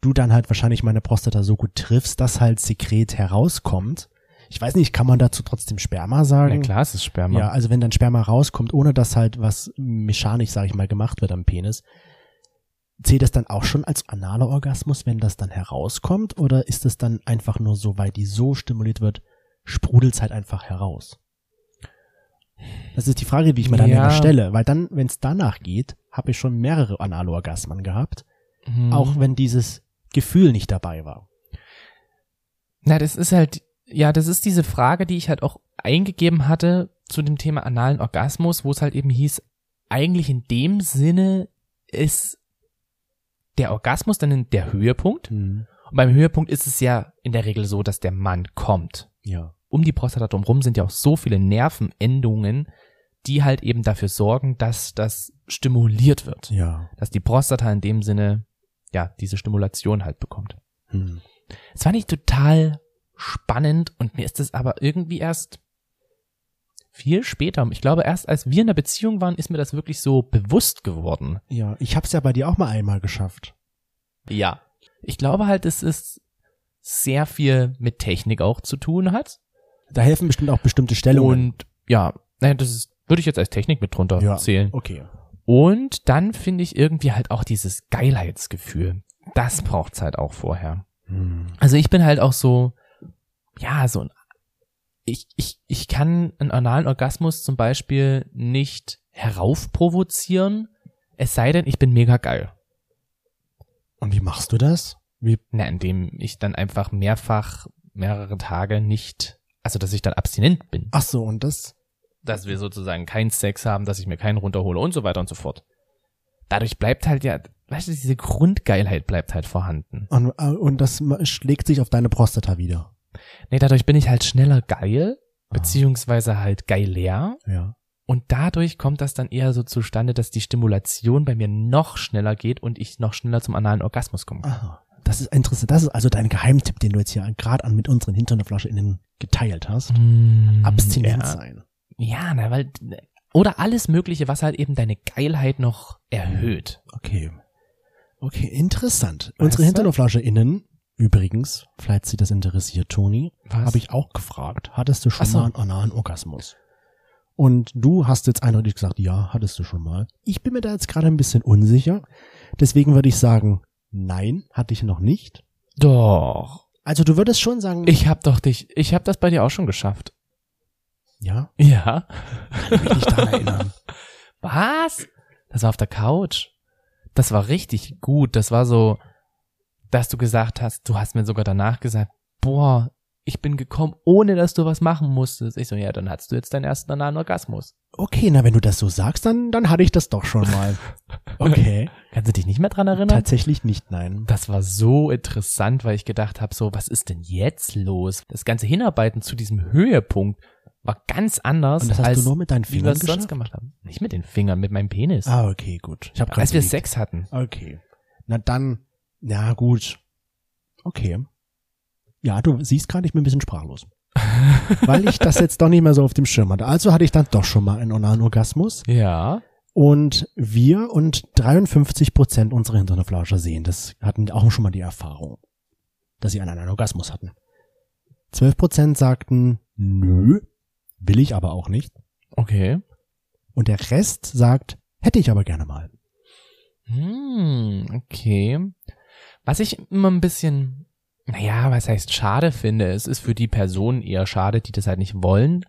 Speaker 1: du dann halt wahrscheinlich meine Prostata so gut triffst, dass halt Sekret herauskommt. Ich weiß nicht, kann man dazu trotzdem Sperma sagen?
Speaker 2: Na klar, es ist Sperma.
Speaker 1: Ja, also wenn dann Sperma rauskommt, ohne dass halt was mechanisch, sage ich mal, gemacht wird am Penis, zählt das dann auch schon als analer Orgasmus, wenn das dann herauskommt? Oder ist es dann einfach nur so, weil die so stimuliert wird, sprudelt es halt einfach heraus? Das ist die Frage, die ich mir dann
Speaker 2: Ja.
Speaker 1: immer stelle. Weil dann, wenn es danach geht, habe ich schon mehrere anale Orgasmen gehabt,
Speaker 2: Hm.
Speaker 1: auch wenn dieses Gefühl nicht dabei war.
Speaker 2: Na, das ist halt, ja, das ist diese Frage, die ich halt auch eingegeben hatte zu dem Thema analen Orgasmus, wo es halt eben hieß, eigentlich in dem Sinne ist der Orgasmus dann der Höhepunkt. Und beim Höhepunkt ist es ja in der Regel so, dass der Mann kommt.
Speaker 1: Ja.
Speaker 2: um die Prostata drumherum sind ja auch so viele Nervenendungen, die halt eben dafür sorgen, dass das stimuliert wird.
Speaker 1: Ja.
Speaker 2: Dass die Prostata in dem Sinne, ja, diese Stimulation halt bekommt.
Speaker 1: Hm.
Speaker 2: Es fand ich total spannend und mir ist das aber irgendwie erst viel später, ich glaube erst als wir in der Beziehung waren, ist mir das wirklich so bewusst geworden.
Speaker 1: Ja, ich hab's ja bei dir auch mal einmal geschafft.
Speaker 2: Ja. Ich glaube halt, es ist sehr viel mit Technik auch zu tun hat.
Speaker 1: Da helfen bestimmt auch bestimmte Stellungen.
Speaker 2: Und ja, naja, das ist, würde ich jetzt als Technik mit drunter
Speaker 1: Ja.
Speaker 2: zählen.
Speaker 1: Okay.
Speaker 2: Und dann finde ich irgendwie halt auch dieses Geilheitsgefühl.
Speaker 1: Hm.
Speaker 2: Das braucht's halt auch vorher. Also ich bin halt auch so, ja, so ein ich, ich, ich kann einen analen Orgasmus zum Beispiel nicht heraufprovozieren, es sei denn, ich bin mega geil.
Speaker 1: Und wie machst du das? Wie,
Speaker 2: Na, indem ich dann einfach mehrfach, mehrere Tage nicht, also dass ich dann abstinent bin.
Speaker 1: ach so, und das?
Speaker 2: Dass wir sozusagen keinen Sex haben, dass ich mir keinen runterhole und so weiter und so fort. Dadurch bleibt halt ja, weißt du, diese Grundgeilheit bleibt halt vorhanden.
Speaker 1: Und, äh, und das ma- schlägt sich auf deine Prostata wieder.
Speaker 2: Nee, dadurch bin ich halt schneller geil, beziehungsweise halt geiler.
Speaker 1: Ah, Ja.
Speaker 2: Und dadurch kommt das dann eher so zustande, dass die Stimulation bei mir noch schneller geht und ich noch schneller zum analen Orgasmus komme.
Speaker 1: Aha. Das ist interessant. Das ist also dein Geheimtipp, den du jetzt hier gerade an mit unseren HinternderflaschInnen geteilt hast.
Speaker 2: Mm,
Speaker 1: Abstinent
Speaker 2: Ja,
Speaker 1: sein.
Speaker 2: ja na, weil, oder alles Mögliche, was halt eben deine Geilheit noch erhöht.
Speaker 1: Okay. Okay, interessant.
Speaker 2: Weißt
Speaker 1: Unsere
Speaker 2: du?
Speaker 1: HinternderflaschInnen, übrigens, falls sie das interessiert, Toni,
Speaker 2: Was?
Speaker 1: habe ich auch gefragt, hattest du schon
Speaker 2: Ach so.
Speaker 1: mal einen analen Orgasmus? Und du hast jetzt eindeutig gesagt, ja, hattest du schon mal. Ich bin mir da jetzt gerade ein bisschen unsicher. Deswegen würde ich sagen, nein, hatte ich noch nicht.
Speaker 2: Doch.
Speaker 1: Also du würdest schon sagen,
Speaker 2: Ich hab doch dich, ich hab das bei dir auch schon geschafft.
Speaker 1: ja,
Speaker 2: Ja.
Speaker 1: kann ich mich daran erinnern.
Speaker 2: Was? Das war auf der Couch. Das war richtig gut. Das war so, dass du gesagt hast, du hast mir sogar danach gesagt, boah, ich bin gekommen, ohne dass du was machen musstest. Ich so, ja, dann hattest du jetzt deinen ersten analen Orgasmus.
Speaker 1: Okay, na wenn du das so sagst, dann, dann hatte ich das doch schon mal. Okay.
Speaker 2: Kannst du dich nicht mehr dran erinnern?
Speaker 1: Tatsächlich nicht, nein.
Speaker 2: Das war so interessant, weil ich gedacht habe, so, was ist denn jetzt los? Das ganze Hinarbeiten zu diesem Höhepunkt war ganz anders,
Speaker 1: Und das hast
Speaker 2: als
Speaker 1: du nur mit deinen
Speaker 2: wie wir
Speaker 1: Fingern
Speaker 2: es sonst
Speaker 1: geschafft?
Speaker 2: gemacht haben. Nicht mit den Fingern, mit meinem Penis.
Speaker 1: Ah, okay, gut. Ich habe
Speaker 2: als wir Sex hatten.
Speaker 1: Okay. Na dann, na gut. Okay. Ja, du siehst gerade, ich bin ein bisschen sprachlos. Weil ich das jetzt doch nicht mehr so auf dem Schirm hatte. Also hatte ich dann doch schon mal einen onalen Orgasmus.
Speaker 2: Ja.
Speaker 1: Und wir und 53 Prozent unserer Hinterflasche sehen, das hatten auch schon mal die Erfahrung, dass sie einen analen Orgasmus hatten. 12 Prozent sagten, nö, will ich aber auch nicht.
Speaker 2: Okay.
Speaker 1: Und der Rest sagt, hätte ich aber gerne mal.
Speaker 2: Hm, okay. Was ich immer ein bisschen, naja, was heißt schade finde, es ist für die Personen eher schade, die das halt nicht wollen.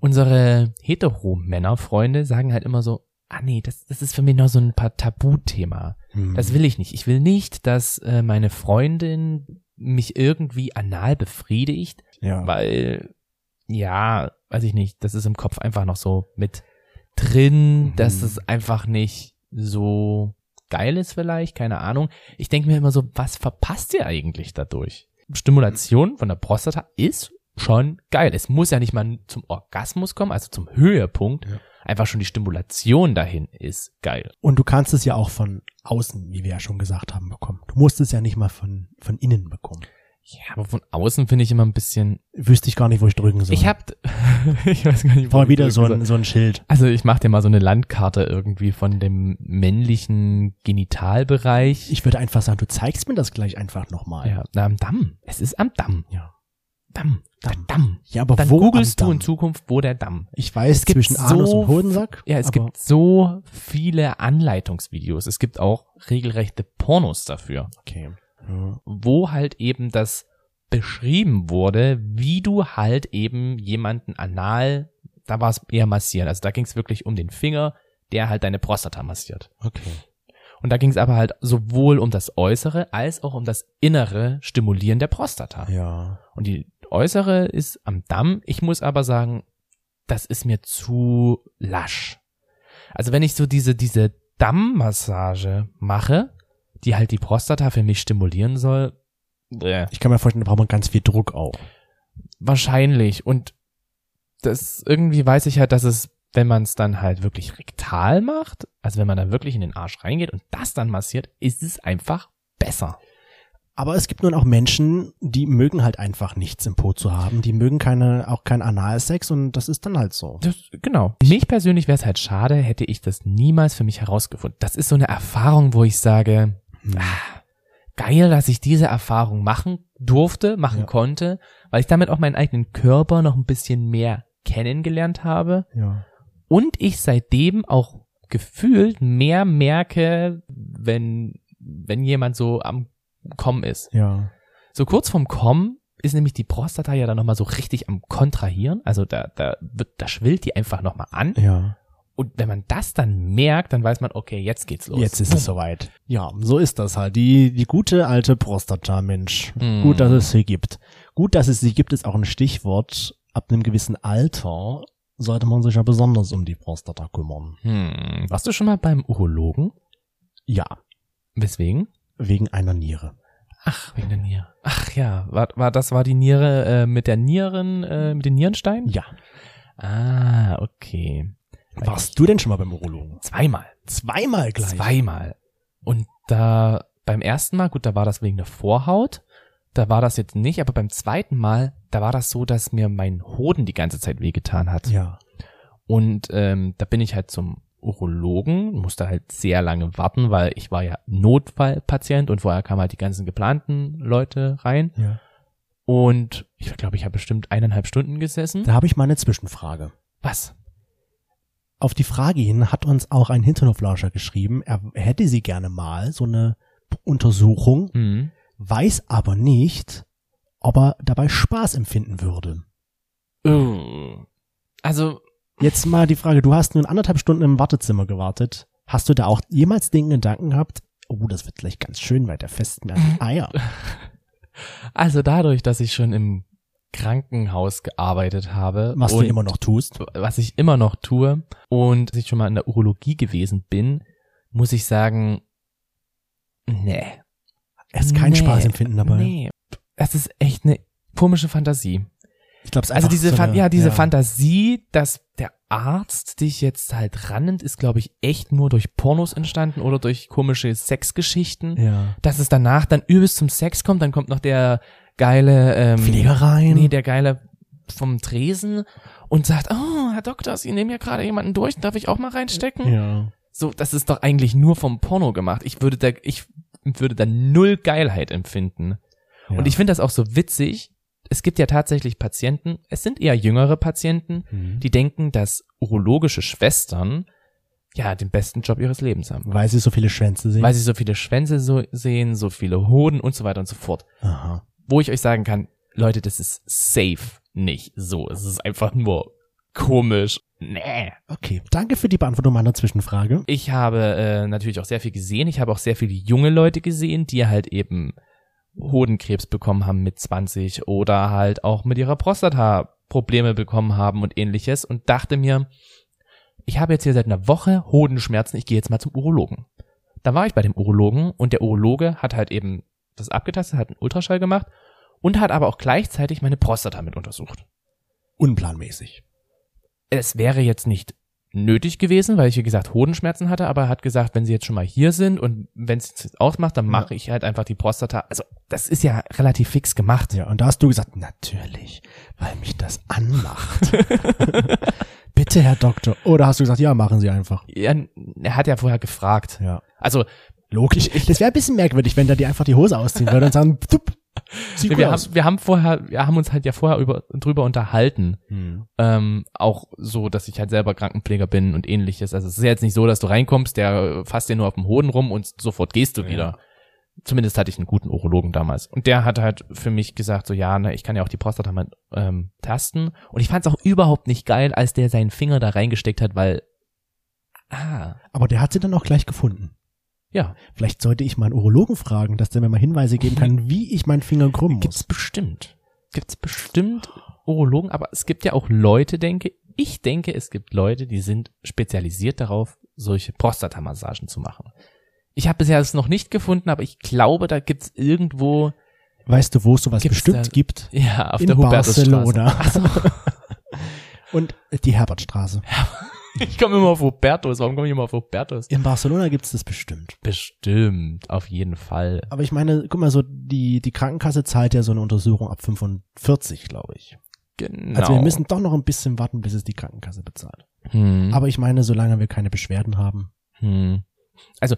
Speaker 2: Unsere hetero-Männerfreunde sagen halt immer so, ah nee, das, das ist für mich noch so ein paar Tabuthema.
Speaker 1: Hm.
Speaker 2: Das will ich nicht. Ich will nicht, dass äh, meine Freundin mich irgendwie anal befriedigt,
Speaker 1: ja.
Speaker 2: weil, ja, weiß ich nicht, das ist im Kopf einfach noch so mit drin,
Speaker 1: Mhm.
Speaker 2: dass es einfach nicht so geil ist vielleicht, keine Ahnung. Ich denke mir immer so, was verpasst ihr eigentlich dadurch? Stimulation von der Prostata ist schon geil. Es muss ja nicht mal zum Orgasmus kommen, also zum Höhepunkt.
Speaker 1: Ja.
Speaker 2: Einfach schon die Stimulation dahin ist geil.
Speaker 1: Und du kannst es ja auch von außen, wie wir ja schon gesagt haben, bekommen. Du musst es ja nicht mal von, von innen bekommen.
Speaker 2: Ja, aber von außen finde ich immer ein bisschen.
Speaker 1: Wüsste ich gar nicht, wo ich drücken soll.
Speaker 2: Ich hab, ich weiß gar nicht, wo
Speaker 1: Brauch
Speaker 2: ich
Speaker 1: wieder
Speaker 2: drücken
Speaker 1: so
Speaker 2: soll.
Speaker 1: ein, so ein Schild.
Speaker 2: Also ich mache dir mal so eine Landkarte irgendwie von dem männlichen Genitalbereich.
Speaker 1: Ich würde einfach sagen, du zeigst mir das gleich einfach nochmal.
Speaker 2: ja, na, am Damm. Es ist am Damm.
Speaker 1: Ja.
Speaker 2: Damm. Der
Speaker 1: Damm.
Speaker 2: Damm.
Speaker 1: Ja, aber
Speaker 2: Dann
Speaker 1: wo
Speaker 2: googelst
Speaker 1: am
Speaker 2: du in
Speaker 1: Damm?
Speaker 2: Zukunft, wo der Damm.
Speaker 1: Ich weiß,
Speaker 2: gibt
Speaker 1: zwischen
Speaker 2: so
Speaker 1: Anus und Hodensack.
Speaker 2: Ja, es
Speaker 1: aber
Speaker 2: gibt so viele Anleitungsvideos. Es gibt auch regelrechte Pornos dafür,
Speaker 1: Okay. Ja.
Speaker 2: wo halt eben das beschrieben wurde, wie du halt eben jemanden anal, da war es eher massieren. Also da ging es wirklich um den Finger, der halt deine Prostata massiert.
Speaker 1: Okay.
Speaker 2: Und da ging es aber halt sowohl um das Äußere als auch um das innere Stimulieren der Prostata.
Speaker 1: Ja.
Speaker 2: Und die äußere ist am Damm. Ich muss aber sagen, das ist mir zu lasch. Also wenn ich so diese, diese Dammmassage mache, die halt die Prostata für mich stimulieren soll, äh,
Speaker 1: Ich kann mir vorstellen, da braucht man ganz viel Druck auch.
Speaker 2: wahrscheinlich. Und das irgendwie weiß ich halt, dass es, wenn man es dann halt wirklich rektal macht, also wenn man dann wirklich in den Arsch reingeht und das dann massiert, ist es einfach besser.
Speaker 1: Aber es gibt nun auch Menschen, die mögen halt einfach nichts im Po zu haben. Die mögen keine, auch keinen Analsex und das ist dann halt so.
Speaker 2: Das, genau. Mich persönlich wäre es halt schade, hätte ich das niemals für mich herausgefunden. Das ist so eine Erfahrung, wo ich sage, ah, geil, dass ich diese Erfahrung machen durfte, machen
Speaker 1: Ja.
Speaker 2: konnte, weil ich damit auch meinen eigenen Körper noch ein bisschen mehr kennengelernt habe
Speaker 1: Ja.
Speaker 2: und ich seitdem auch gefühlt mehr merke, wenn, wenn jemand so am Kommen ist.
Speaker 1: Ja.
Speaker 2: So kurz vorm Kommen ist nämlich die Prostata ja dann nochmal so richtig am Kontrahieren. Also da, da, wird, da schwillt die einfach nochmal an.
Speaker 1: Ja.
Speaker 2: Und wenn man das dann merkt, dann weiß man, okay, jetzt geht's los. Hm.
Speaker 1: Jetzt ist es soweit. Ja, so ist das halt. Die, die gute alte Prostata, Mensch. Gut, dass es sie gibt. Gut, dass es sie gibt, ist auch ein Stichwort. Ab einem gewissen Alter sollte man sich ja besonders um die Prostata kümmern.
Speaker 2: Hm. Warst du schon mal beim Urologen?
Speaker 1: Ja,
Speaker 2: Weswegen?
Speaker 1: wegen einer Niere.
Speaker 2: Ach, wegen der Niere. Ach ja, war, war das war die Niere äh, mit der Nieren, äh, mit den Nierensteinen?
Speaker 1: Ja.
Speaker 2: Ah, okay.
Speaker 1: Warst du denn schon mal beim Urologen?
Speaker 2: Zweimal.
Speaker 1: Zweimal gleich.
Speaker 2: Zweimal. Und da beim ersten Mal, gut, da war das wegen der Vorhaut, da war das jetzt nicht, aber beim zweiten Mal, da war das so, dass mir mein Hoden die ganze Zeit wehgetan hat.
Speaker 1: Ja.
Speaker 2: Und ähm, da bin ich halt zum Urologen, musste halt sehr lange warten, weil ich war ja Notfallpatient und vorher kamen halt die ganzen geplanten Leute rein.
Speaker 1: ja.
Speaker 2: Und ich glaube, ich habe bestimmt eineinhalb Stunden gesessen.
Speaker 1: Da habe ich mal eine Zwischenfrage.
Speaker 2: Was?
Speaker 1: Auf die Frage hin hat uns auch ein Hinterhoflauscher geschrieben, er hätte sie gerne mal, so eine Untersuchung,
Speaker 2: Mhm.
Speaker 1: weiß aber nicht, ob er dabei Spaß empfinden würde.
Speaker 2: Äh, Also,
Speaker 1: Jetzt mal die Frage, du hast nun anderthalb Stunden im Wartezimmer gewartet. Hast du da auch jemals den Gedanken gehabt, oh, das wird gleich ganz schön bei der festen
Speaker 2: Mhm.
Speaker 1: Eier?
Speaker 2: also dadurch, dass ich schon im Krankenhaus gearbeitet habe,
Speaker 1: Was du
Speaker 2: und-
Speaker 1: immer noch tust.
Speaker 2: was ich immer noch tue und dass ich schon mal in der Urologie gewesen bin, muss ich sagen, nee,
Speaker 1: Es ist kein
Speaker 2: Nee.
Speaker 1: Spaßempfinden dabei.
Speaker 2: nee, das ist echt eine komische Fantasie.
Speaker 1: Ich glaube, es ist
Speaker 2: Also
Speaker 1: einfach
Speaker 2: diese,
Speaker 1: so
Speaker 2: Fan-
Speaker 1: eine,
Speaker 2: ja, diese Fantasie, dass der Arzt dich jetzt halt rannend, ist glaube ich echt nur durch Pornos entstanden oder durch komische Sexgeschichten.
Speaker 1: Ja.
Speaker 2: Dass es danach dann übelst zum Sex kommt, dann kommt noch der geile ähm,
Speaker 1: Pfleger rein.
Speaker 2: Nee, der Geile vom Tresen und sagt, oh, Herr Doktor, Sie nehmen ja gerade jemanden durch, darf ich auch mal reinstecken?
Speaker 1: ja.
Speaker 2: So, das ist doch eigentlich nur vom Porno gemacht. Ich würde da, ich würde da null Geilheit empfinden.
Speaker 1: ja.
Speaker 2: Und ich finde das auch so witzig. Es gibt ja tatsächlich Patienten, es sind eher jüngere Patienten,
Speaker 1: Mhm.
Speaker 2: die denken, dass urologische Schwestern ja den besten Job ihres Lebens haben.
Speaker 1: weil sie so viele Schwänze sehen.
Speaker 2: Weil sie so viele Schwänze so sehen, so viele Hoden und so weiter und so fort
Speaker 1: Aha.
Speaker 2: wo ich euch sagen kann, Leute, das ist safe nicht so. Es ist einfach nur komisch. Nee.
Speaker 1: Okay, danke für die Beantwortung meiner Zwischenfrage.
Speaker 2: Ich habe äh, natürlich auch sehr viel gesehen. Ich habe auch sehr viele junge Leute gesehen, die halt eben Hodenkrebs bekommen haben mit 20 oder halt auch mit ihrer Prostata Probleme bekommen haben und ähnliches und dachte mir, ich habe jetzt hier seit einer Woche Hodenschmerzen, ich gehe jetzt mal zum Urologen. Da war ich bei dem Urologen und der Urologe hat halt eben das abgetastet, hat einen Ultraschall gemacht und hat aber auch gleichzeitig meine Prostata mit untersucht.
Speaker 1: Unplanmäßig.
Speaker 2: Es wäre jetzt nicht nötig gewesen, weil ich wie gesagt Hodenschmerzen hatte, aber er hat gesagt, wenn sie jetzt schon mal hier sind und wenn es jetzt ausmacht, dann mache ich halt einfach die Prostata. Also das ist ja relativ fix gemacht.
Speaker 1: Ja, und da hast du gesagt, natürlich, weil mich das anmacht. Bitte, Herr Doktor. Oder hast du gesagt, ja, machen Sie einfach.
Speaker 2: Ja, er hat ja vorher gefragt.
Speaker 1: Ja.
Speaker 2: Also
Speaker 1: Logisch. Das wäre ein bisschen merkwürdig, wenn der dir einfach die Hose ausziehen würde und sagen, tup, sieht gut
Speaker 2: wir
Speaker 1: aus.
Speaker 2: haben, wir haben vorher, wir haben uns halt ja vorher über, drüber unterhalten.
Speaker 1: Hm.
Speaker 2: Ähm, auch so, dass ich halt selber Krankenpfleger bin und ähnliches. Also es ist ja jetzt nicht so, dass du reinkommst, der äh, fasst dir nur auf dem Hoden rum und sofort gehst du
Speaker 1: Ja.
Speaker 2: wieder. Zumindest hatte ich einen guten Urologen damals. Und der hat halt für mich gesagt, so ja, ne, ich kann ja auch die Prostata mal ähm, tasten. Und ich fand es auch überhaupt nicht geil, als der seinen Finger da reingesteckt hat, weil ah,
Speaker 1: Aber der hat sie dann auch gleich gefunden.
Speaker 2: ja,
Speaker 1: Vielleicht sollte ich mal einen Urologen fragen, dass der mir mal Hinweise geben kann, wie ich meinen Finger krümmen
Speaker 2: Gibt's
Speaker 1: muss.
Speaker 2: bestimmt. Gibt's bestimmt Urologen, aber es gibt ja auch Leute, denke ich, denke, es gibt Leute, die sind spezialisiert darauf, solche Prostatamassagen zu machen. Ich habe bisher es noch nicht gefunden, aber ich glaube, da gibt's irgendwo,
Speaker 1: Weißt du, wo es sowas
Speaker 2: Gibt's
Speaker 1: bestimmt
Speaker 2: da-
Speaker 1: gibt?
Speaker 2: ja, auf
Speaker 1: In
Speaker 2: der Hubertusstraße.
Speaker 1: Barcelona.
Speaker 2: Ach so,
Speaker 1: Und die Herbertstraße.
Speaker 2: ich komme immer auf Hubertus. Warum komme ich immer auf Hubertus?
Speaker 1: In Barcelona gibt's das bestimmt.
Speaker 2: Bestimmt, auf jeden Fall.
Speaker 1: Aber ich meine, guck mal, so die, die Krankenkasse zahlt ja so eine Untersuchung ab 45, glaube ich.
Speaker 2: Genau.
Speaker 1: Also wir müssen doch noch ein bisschen warten, bis es die Krankenkasse bezahlt.
Speaker 2: Hm.
Speaker 1: Aber ich meine, solange wir keine Beschwerden haben.
Speaker 2: Hm. Also,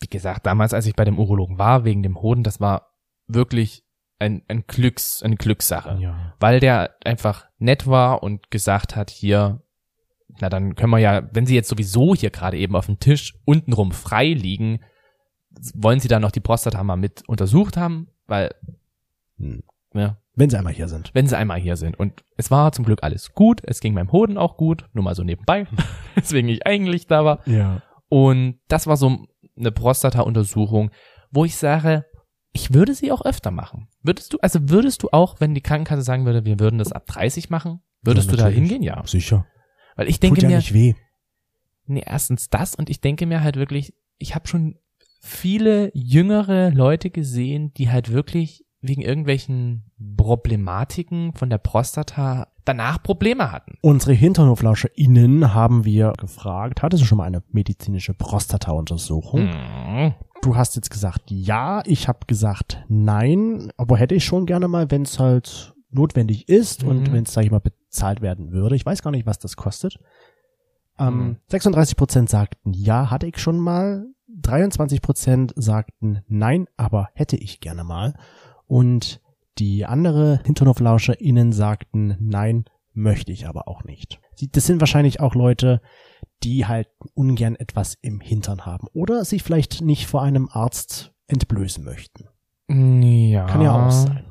Speaker 2: wie gesagt, damals, als ich bei dem Urologen war, wegen dem Hoden, das war wirklich ein, ein Glücks, eine Glückssache.
Speaker 1: Ja.
Speaker 2: Weil der einfach nett war und gesagt hat, hier, na dann können wir ja, wenn sie jetzt sowieso hier gerade eben auf dem Tisch untenrum frei liegen, wollen sie da noch die Prostata mal mit untersucht haben, weil,
Speaker 1: Hm.
Speaker 2: ne,
Speaker 1: Wenn sie einmal hier sind.
Speaker 2: wenn sie einmal hier sind. Und es war zum Glück alles gut. Es ging meinem Hoden auch gut, nur mal so nebenbei, weswegen ich eigentlich da war.
Speaker 1: Ja.
Speaker 2: Und das war so eine Prostata-Untersuchung, wo ich sage, ich würde sie auch öfter machen. Würdest du, also würdest du auch, wenn die Krankenkasse sagen würde, wir würden das ab 30 machen, würdest
Speaker 1: Ja,
Speaker 2: du da
Speaker 1: natürlich.
Speaker 2: hingehen? Ja.
Speaker 1: Sicher.
Speaker 2: Weil ich denke
Speaker 1: Tut ja
Speaker 2: mir,
Speaker 1: nicht weh.
Speaker 2: nee, erstens das und ich denke mir halt wirklich, ich habe schon viele jüngere Leute gesehen, die halt wirklich wegen irgendwelchen Problematiken von der Prostata danach Probleme hatten.
Speaker 1: Unsere HinternhoflauscherInnen haben wir gefragt, hattest du schon mal eine medizinische Prostata-Untersuchung?
Speaker 2: Hm.
Speaker 1: Du hast jetzt gesagt ja, ich habe gesagt nein, aber hätte ich schon gerne mal, wenn es halt notwendig ist und
Speaker 2: Mhm.
Speaker 1: wenn es, sag ich mal, bezahlt werden würde. Ich weiß gar nicht, was das kostet. Ähm,
Speaker 2: Mhm.
Speaker 1: 36 Prozent sagten ja, hatte ich schon mal. 23 Prozent sagten nein, aber hätte ich gerne mal. Und die andere HinternhoflauscherInnen sagten nein, möchte ich aber auch nicht. Die- Das sind wahrscheinlich auch Leute, die halt ungern etwas im Hintern haben oder sich vielleicht nicht vor einem Arzt entblößen möchten.
Speaker 2: Ja.
Speaker 1: Kann ja auch sein.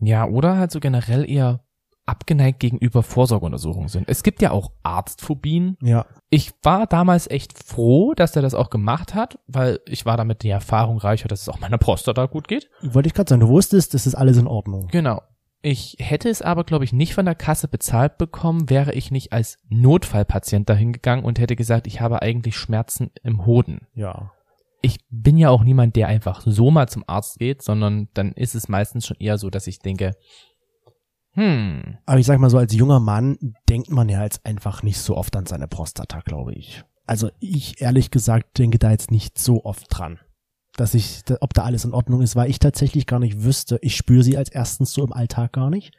Speaker 2: Ja, oder halt so generell eher abgeneigt gegenüber Vorsorgeuntersuchungen sind. Es gibt ja auch Arztphobien.
Speaker 1: Ja,
Speaker 2: Ich war damals echt froh, dass der das auch gemacht hat, weil ich war damit die Erfahrung reicher, dass es auch meiner Prostata gut geht.
Speaker 1: wollte ich gerade sagen, du wusstest, das ist alles in Ordnung.
Speaker 2: Genau. Ich hätte es aber, glaube ich, nicht von der Kasse bezahlt bekommen, wäre ich nicht als Notfallpatient dahin gegangen und hätte gesagt, ich habe eigentlich Schmerzen im Hoden.
Speaker 1: Ja.
Speaker 2: Ich bin ja auch niemand, der einfach so mal zum Arzt geht, sondern dann ist es meistens schon eher so, dass ich denke, hm,
Speaker 1: Aber ich sag mal so, als junger Mann denkt man ja jetzt einfach nicht so oft an seine Prostata, glaube ich. Also ich ehrlich gesagt denke da jetzt nicht so oft dran, dass ich, da- ob da alles in Ordnung ist, weil ich tatsächlich gar nicht wüsste. Ich spüre sie als erstens so im Alltag gar nicht.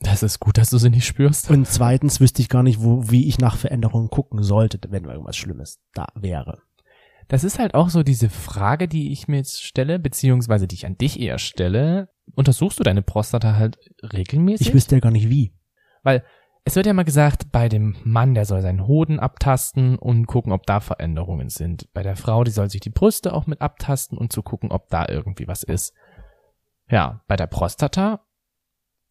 Speaker 2: das ist gut, dass du sie nicht spürst.
Speaker 1: Und zweitens wüsste ich gar nicht, wo, wie ich nach Veränderungen gucken sollte, wenn irgendwas Schlimmes da wäre.
Speaker 2: Das ist halt auch so diese Frage, die ich mir jetzt stelle, beziehungsweise die ich an dich eher stelle. Untersuchst du deine Prostata halt regelmäßig?
Speaker 1: Ich wüsste ja gar nicht wie.
Speaker 2: Es wird ja immer gesagt, bei dem Mann, der soll seinen Hoden abtasten und gucken, ob da Veränderungen sind. Bei der Frau, die soll sich die Brüste auch mit abtasten und zu gucken, ob da irgendwie was ist. Ja, bei der Prostata,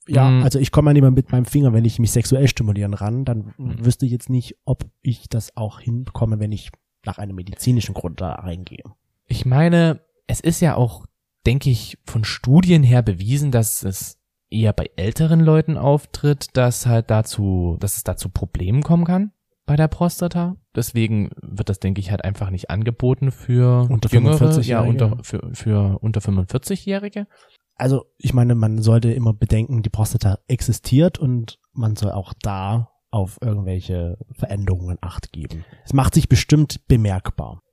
Speaker 1: Ja,
Speaker 2: Mhm.
Speaker 1: also ich komme an jemand mit meinem Finger, wenn ich mich sexuell stimulieren ran, dann
Speaker 2: Mhm.
Speaker 1: wüsste ich jetzt nicht, ob ich das auch hinbekomme, wenn ich nach einem medizinischen Grund da reingehe.
Speaker 2: ich meine, es ist ja auch, denke ich, von Studien her bewiesen, dass es eher bei älteren Leuten auftritt, dass halt dazu, dass es dazu Problemen kommen kann bei der Prostata. Deswegen wird das, denke ich, halt einfach nicht angeboten für
Speaker 1: Unter
Speaker 2: jüngere,
Speaker 1: 45-Jährige.
Speaker 2: ja, unter, für, für unter 45-Jährige.
Speaker 1: Also ich meine, man sollte immer bedenken, die Prostata existiert und man soll auch da auf irgendwelche Veränderungen Acht geben. Es macht sich bestimmt bemerkbar.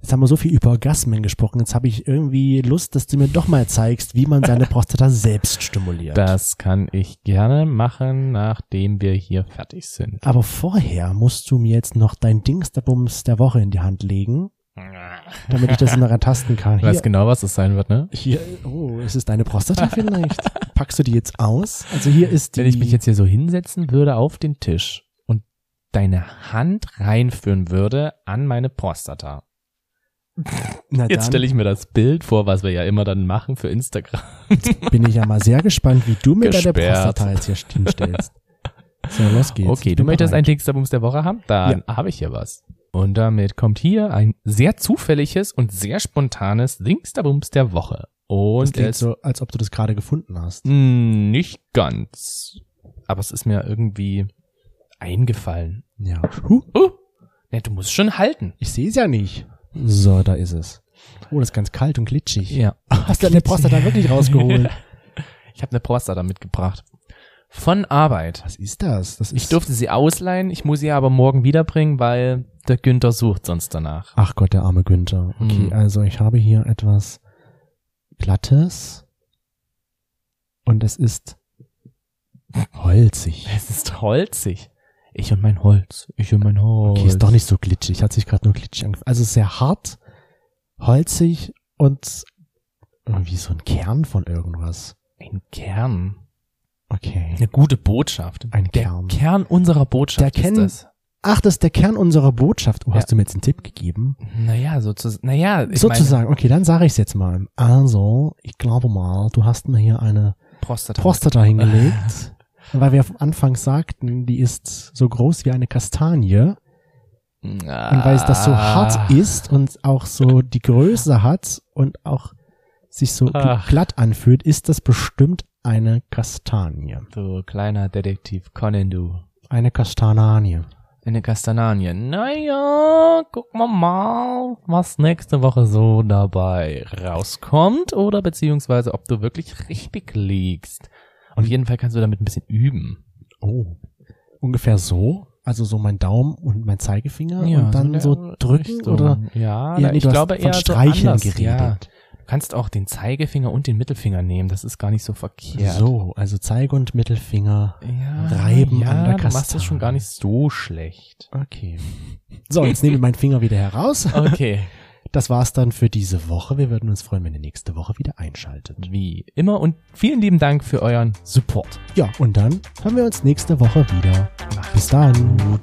Speaker 1: Jetzt haben wir so viel über Orgasmen gesprochen. Jetzt habe ich irgendwie Lust, dass du mir doch mal zeigst, wie man seine Prostata selbst stimuliert.
Speaker 2: Das kann ich gerne machen, nachdem wir hier fertig sind.
Speaker 1: Aber vorher musst du mir jetzt noch dein Dingsterbums der Woche in die Hand legen,
Speaker 2: Du
Speaker 1: damit ich das nachher tasten kann. Hier,
Speaker 2: weißt genau, was das sein wird, ne?
Speaker 1: hier, oh, ist es deine Prostata vielleicht? Packst du die jetzt aus? Also hier ist die.
Speaker 2: Wenn ich mich jetzt hier so hinsetzen würde auf den Tisch und deine Hand reinführen würde an meine Prostata.
Speaker 1: Na
Speaker 2: Jetzt
Speaker 1: dann
Speaker 2: stelle ich mir das Bild vor, was wir ja immer dann machen für Instagram.
Speaker 1: bin ich ja mal sehr gespannt, wie du mit deiner
Speaker 2: Gesperrt.
Speaker 1: Prostata jetzt hier hinstellst. So, los geht's.
Speaker 2: okay,
Speaker 1: Ich
Speaker 2: du
Speaker 1: bin
Speaker 2: möchtest
Speaker 1: bereit.
Speaker 2: einen Dingsabums der Woche haben? Dann habe ich hier was. Und damit kommt hier ein sehr zufälliges und sehr spontanes Dingsabums der Woche.
Speaker 1: Das
Speaker 2: Und
Speaker 1: klingt
Speaker 2: es
Speaker 1: so, als ob du das gerade gefunden hast.
Speaker 2: Hm, Nicht ganz. Aber es ist mir irgendwie eingefallen.
Speaker 1: Ja. Huh,
Speaker 2: Oh, ne, du musst schon halten.
Speaker 1: ich sehe es ja nicht. So, da ist es. Oh, das ist ganz kalt und glitschig.
Speaker 2: Ja.
Speaker 1: Hast du deine Prostata wirklich rausgeholt?
Speaker 2: Ich habe eine Prostata mitgebracht. Von Arbeit.
Speaker 1: Was ist das? Das ist
Speaker 2: Ich durfte sie ausleihen, ich muss sie aber morgen wiederbringen, weil der Günther sucht sonst danach.
Speaker 1: Ach Gott, der arme Günther. Okay,
Speaker 2: Mhm.
Speaker 1: also ich habe hier etwas Glattes und es ist holzig.
Speaker 2: Es ist holzig. Ich und mein Holz. Ich und mein Holz.
Speaker 1: Okay, ist doch nicht so glitschig. Hat sich gerade nur glitschig angefühlt. Also sehr hart, holzig und wie so ein Kern von irgendwas.
Speaker 2: ein Kern.
Speaker 1: Okay.
Speaker 2: Eine gute Botschaft.
Speaker 1: Ein
Speaker 2: der
Speaker 1: Kern.
Speaker 2: Kern unserer
Speaker 1: Der
Speaker 2: Botschaft
Speaker 1: Kern-
Speaker 2: ist das.
Speaker 1: Ach, das ist der Kern unserer Botschaft. Oh,
Speaker 2: Ja.
Speaker 1: hast du mir jetzt einen Tipp gegeben?
Speaker 2: Naja, sozusagen. Naja, ich meine,
Speaker 1: Sozusagen. okay, dann sage ich es jetzt mal. Also, ich glaube mal, du hast mir hier eine
Speaker 2: Prostata.
Speaker 1: Prostata hingelegt. Und weil wir am Anfang sagten, die ist so groß wie eine Kastanie. Und weil es das so
Speaker 2: Ah.
Speaker 1: hart ist und auch so die Größe hat und auch sich so gl-
Speaker 2: Ach.
Speaker 1: glatt anfühlt, ist das bestimmt eine Kastanie.
Speaker 2: Du kleiner Detektiv Conan, du.
Speaker 1: Eine Kastananie.
Speaker 2: Eine Kastananie. Naja, gucken wir mal, was nächste Woche so dabei rauskommt oder beziehungsweise ob du wirklich richtig liegst. Auf jeden Fall kannst du damit ein bisschen üben.
Speaker 1: Oh. Ungefähr so. Also so mein Daumen und mein Zeigefinger und dann
Speaker 2: der
Speaker 1: so drücken
Speaker 2: Richtung.
Speaker 1: oder
Speaker 2: ja,
Speaker 1: Ja,
Speaker 2: da-
Speaker 1: nee,
Speaker 2: ich
Speaker 1: du hast
Speaker 2: glaube
Speaker 1: von
Speaker 2: eher
Speaker 1: Streicheln
Speaker 2: so anders,
Speaker 1: geredet.
Speaker 2: Ja. Du kannst auch den Zeigefinger und den Mittelfinger nehmen, das ist gar nicht so verkehrt.
Speaker 1: so. Also Zeige und Mittelfinger.
Speaker 2: Ja,
Speaker 1: Reiben
Speaker 2: ja,
Speaker 1: an der
Speaker 2: du machst das
Speaker 1: Kastanie.
Speaker 2: schon gar nicht so schlecht.
Speaker 1: Okay. So, jetzt nehme ich meinen Finger wieder heraus.
Speaker 2: Okay.
Speaker 1: Das war's dann für diese Woche. Wir würden uns freuen, wenn ihr nächste Woche wieder einschaltet.
Speaker 2: Wie immer und vielen lieben Dank für euren Support.
Speaker 1: Ja, und dann haben wir uns nächste Woche wieder. Bis dann.